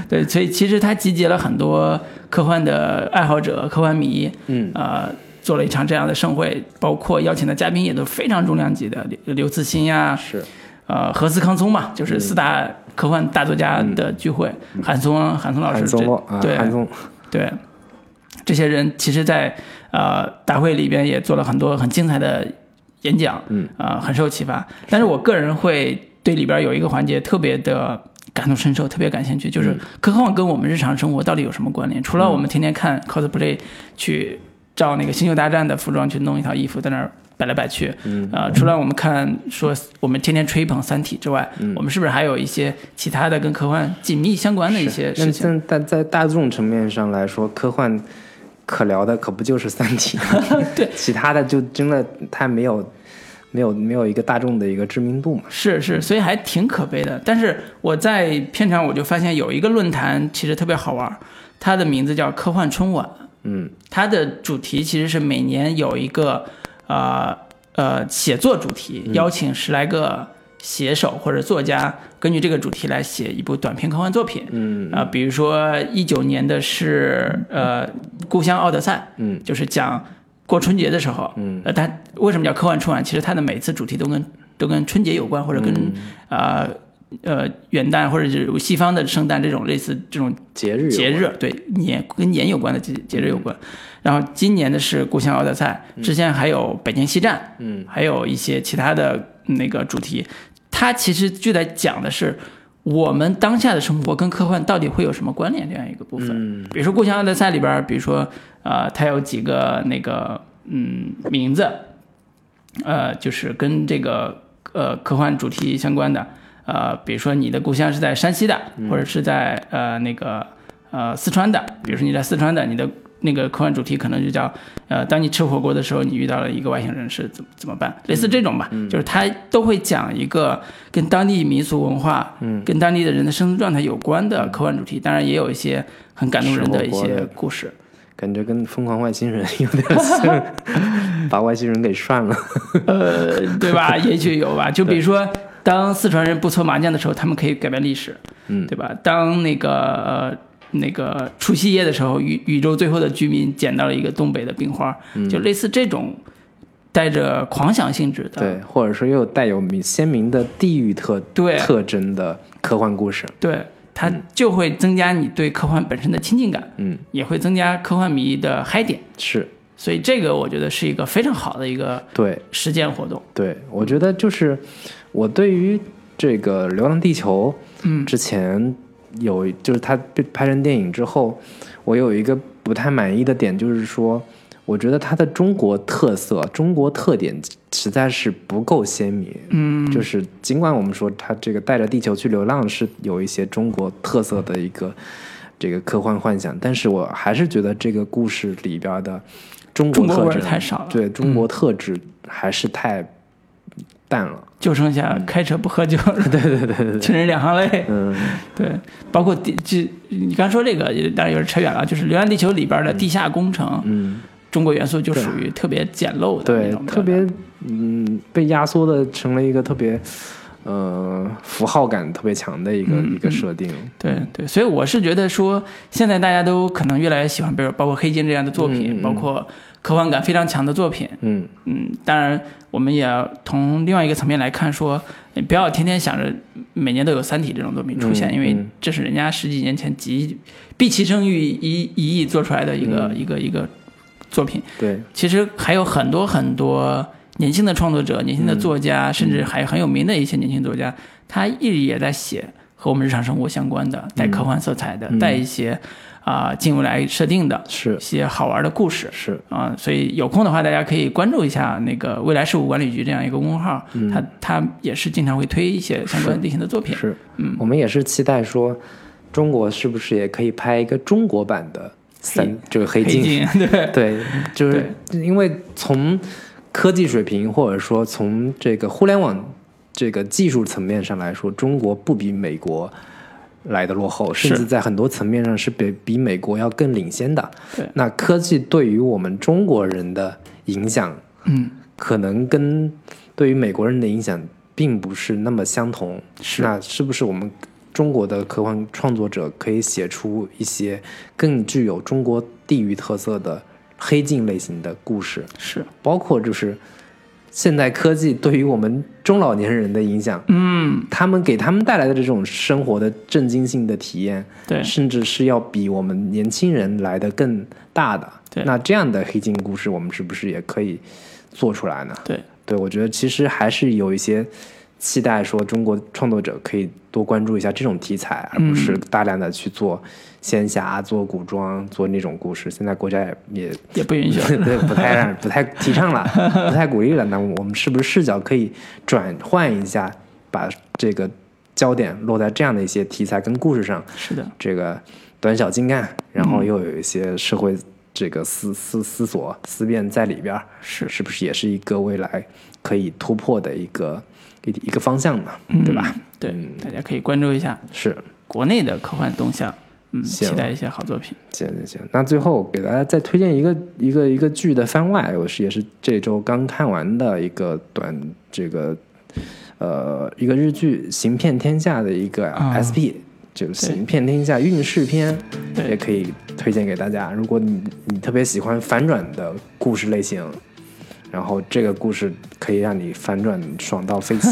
对，所以其实它集结了很多科幻的爱好者、科幻迷，嗯，呃，做了一场这样的盛会，包括邀请的嘉宾也都是非常重量级的，刘刘慈欣呀、是呃，何思、康松嘛，就是四嗯大科幻大作家的聚会，韩松、韩松老师韩这，松洛啊，对，韩松对，这些人其实在，呃大会里边也做了很多很精彩的演讲，嗯，呃，很受启发。但是我个人会对里边有一个环节特别的感同身受，特别感兴趣，就是科幻跟我们日常生活到底有什么关联？除了我们天天看 cosplay 去照那个《星球大战》的服装去弄一套衣服在那儿。摆来摆去，嗯，呃，除了我们看说我们天天吹捧《三体》之外，我们是不是还有一些其他的跟科幻紧密相关的一些 [LAUGHS] 那事情？但但在大众层面上来说，科幻可聊的可不就是《三体》吗？ [LAUGHS] 对，其他的就真的太没有没有没有一个大众的一个知名度嘛。是是，所以还挺可悲的。但是我在片场我就发现有一个论坛其实特别好玩儿，它的名字叫科幻春晚。嗯，它的主题其实是每年有一个呃呃写作主题，邀请十来个写手或者作家根据这个主题来写一部短篇科幻作品。嗯，啊、比如说一九年的是呃《故乡奥德赛》，嗯，就是讲过春节的时候，嗯，呃，它为什么叫科幻春晚？其实它的每一次主题都跟都跟春节有关，或者跟、呃。呃，元旦或者是西方的圣诞这种类似这种节日有节日，嗯对年跟年有关的节节日有关。然后今年的是故乡奥德赛，之前还有北京西站，嗯，还有一些其他的那个主题。它其实就在讲的是我们当下的生活跟科幻到底会有什么关联这样一个部分。嗯，比如说故乡奥德赛里边儿，比如说呃，它有几个那个嗯名字，呃，就是跟这个呃科幻主题相关的，呃，比如说你的故乡是在山西的，嗯或者是在呃那个呃四川的，比如说你在四川的，你的那个科幻主题可能就叫呃，当你吃火锅的时候，你遇到了一个外星人是怎么怎么嗯办，类似这种吧，就是他都会讲一个跟当地民俗文化，嗯，跟当地的人的生存状态有关的科幻主题，当然也有一些很感动人的一嗯吃火锅些的故事。感觉跟疯狂外星人有点像， [LAUGHS] 把外星人给涮了。呃，对吧？ [LAUGHS] 也许有吧。就比如说，当四川人不搓麻将的时候，他们可以改变历史，嗯，对吧？当那个、呃、那个除夕夜的时候，宇宇宙最后的居民捡到了一个东北的冰花，嗯就类似这种带着狂想性质的，对，或者说又带有明鲜明的地域特对特征的科幻故事。对，它就会增加你对科幻本身的亲近感，嗯，也会增加科幻迷的嗨点。是所以这个我觉得是一个非常好的一个对，实践活动。对，我觉得就是我对于这个《流浪地球》，嗯，之前有就是它被拍成电影之后，我有一个不太满意的点，就是说，我觉得它的中国特色、中国特点实在是不够鲜明。嗯，就是尽管我们说它这个带着地球去流浪是有一些中国特色的一个。这个科幻幻想，但是我还是觉得这个故事里边的中国中国特味儿质太少了，嗯对中国特质还是太淡了。就剩下开车不喝酒了。对对对 [LAUGHS] 对，情人两行泪。嗯，对，包括地，这你刚说这个，也当然有点扯远了，就是《流浪地球》里边的地下工程，嗯，中国元素就属于特别简陋的那对种，的特别嗯被压缩的成了一个特别呃符号感特别强的一个、一个设定。对对，所以我是觉得说，现在大家都可能越来越喜欢，比如包括黑金这样的作品，包括科幻感非常强的作品，嗯，嗯，当然，我们也从另外一个层面来看说，你不要天天想着每年都有《三体》这种作品出现，嗯因为嗯这是人家十几年前集毕其生于一一亿做出来的一个、嗯一个一个作品。对，其实还有很多很多年嗯轻的创作者、年轻的作家，甚至还很有名的一些年轻作家，他一直也在写和我们日常生活相关嗯的，带科幻色彩的，带一些啊、近未来设定的，是一些好玩的故事。是，啊、所以有空的话，大家可以关注一下那个未来事务管理局这样一个公众号，它它也是经常会推一些相关类型的作品。是，我们也是期待说，中国是不是也可以拍一个中国版的三，就是黑黑镜？镜， [LAUGHS] 对，对，就是因为从科技水平或者说从这个互联网这个技术层面上来说，中国不比美国来的落后，甚是至在很多层面上是比比美国要更领先的。对那科技对于我们中国人的影响，嗯，可能跟对于美国人的影响并不是那么相同。是那是不是我们中国的科幻创作者可以写出一些更具有中国地域特色的黑镜类型的故事？是，包括就是现代科技对于我们中老年人的影响，嗯，他们给他们带来的这种生活的震惊性的体验，对，甚至是要比我们年轻人来的更大的。对那这样的黑镜故事，我们是不是也可以做出来呢？对，对，我觉得其实还是有一些期待，说中国创作者可以多关注一下这种题材，而不是大量的去做仙侠、啊做古装、做那种故事。现在国家也也也不允许了。对不太让不太提倡了，不太鼓励了。那我们是不是视角可以转换一下，把这个焦点落在这样的一些题材跟故事上？是的，这个短小精干，然后又有一些社会这个思思思索思辨在里边儿，是是不是也是一个未来可以突破的一个一一个方向呢？对吧？对嗯，大家可以关注一下是，国内的科幻动向，嗯，行期待一些好作品。行行行。那最后给大家再推荐一个一个一个剧的番外，我是也是这周刚看完的一个短这个呃一个日剧《行骗天下》的一个啊 SP。就是《行骗天下》运势篇，对也可以推荐给大家。如果你你特别喜欢反转的故事类型，然后这个故事可以让你反转爽到 [LAUGHS] 飞起，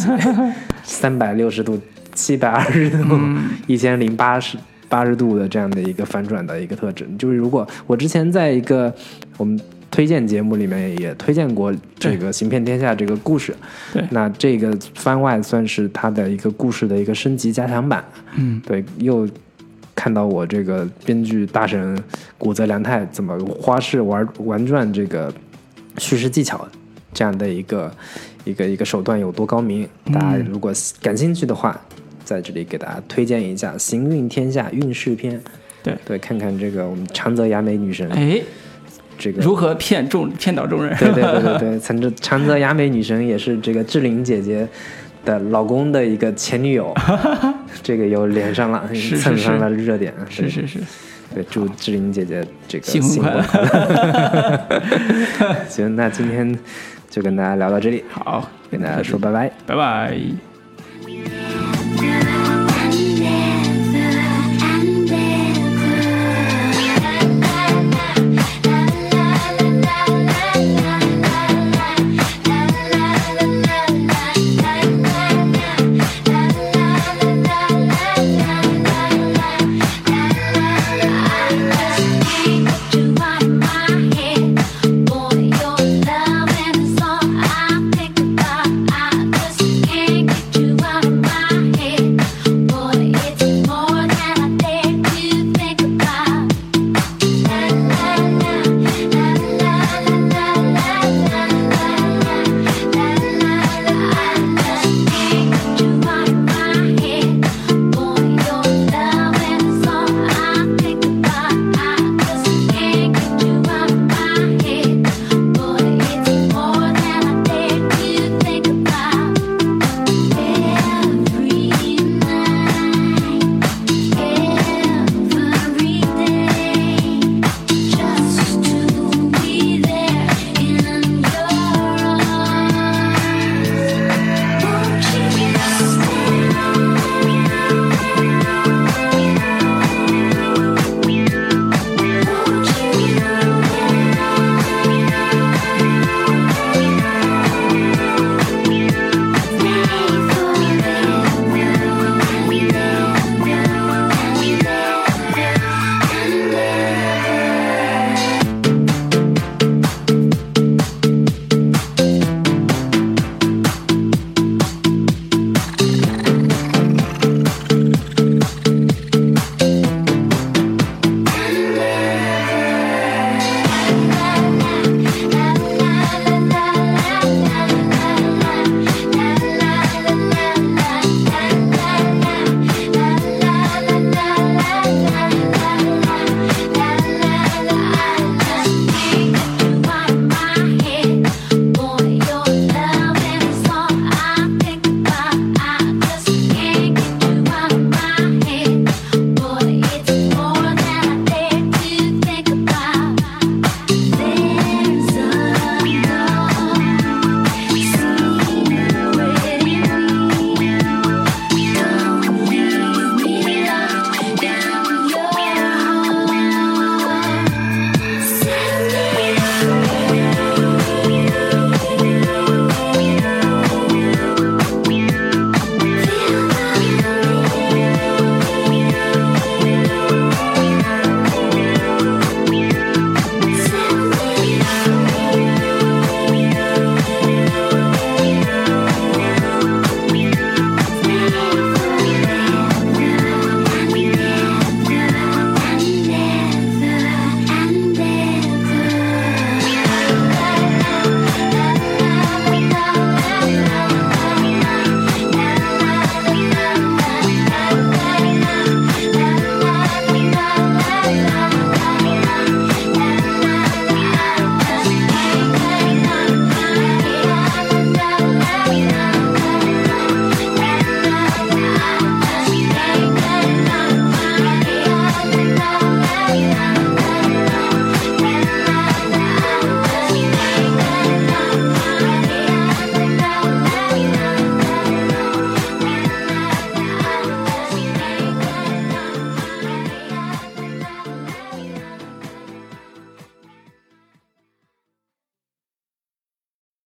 三百六十度、七百二十度、一千零八十八十度的这样的一个反转的一个特质。就是如果我之前在一个我们推荐节目里面也推荐过这个《行骗天下》这个故事，对那这个番外算是它的一个故事的一个升级加强版，嗯，对，又。看到我这个编剧大神古泽良太怎么花式玩玩转这个叙事技巧这样的一个一个一个手段有多高明。嗯大家如果感兴趣的话，在这里给大家推荐一下《行运天下运势篇》。对对，看看这个我们长泽雅美女神，哎，这个如何骗众骗倒众人？对对对对对，长泽长泽雅美女神也是这个志玲姐姐的老公的一个前 [LAUGHS] 女友，这个又连上了，是是蹭上了热点。是 [LAUGHS] 是是，对，祝志玲姐姐这个新婚快乐新婚快乐。行，那今天就跟大家聊到这里， [LAUGHS] 好，跟大家说拜拜。拜拜。 Yeah.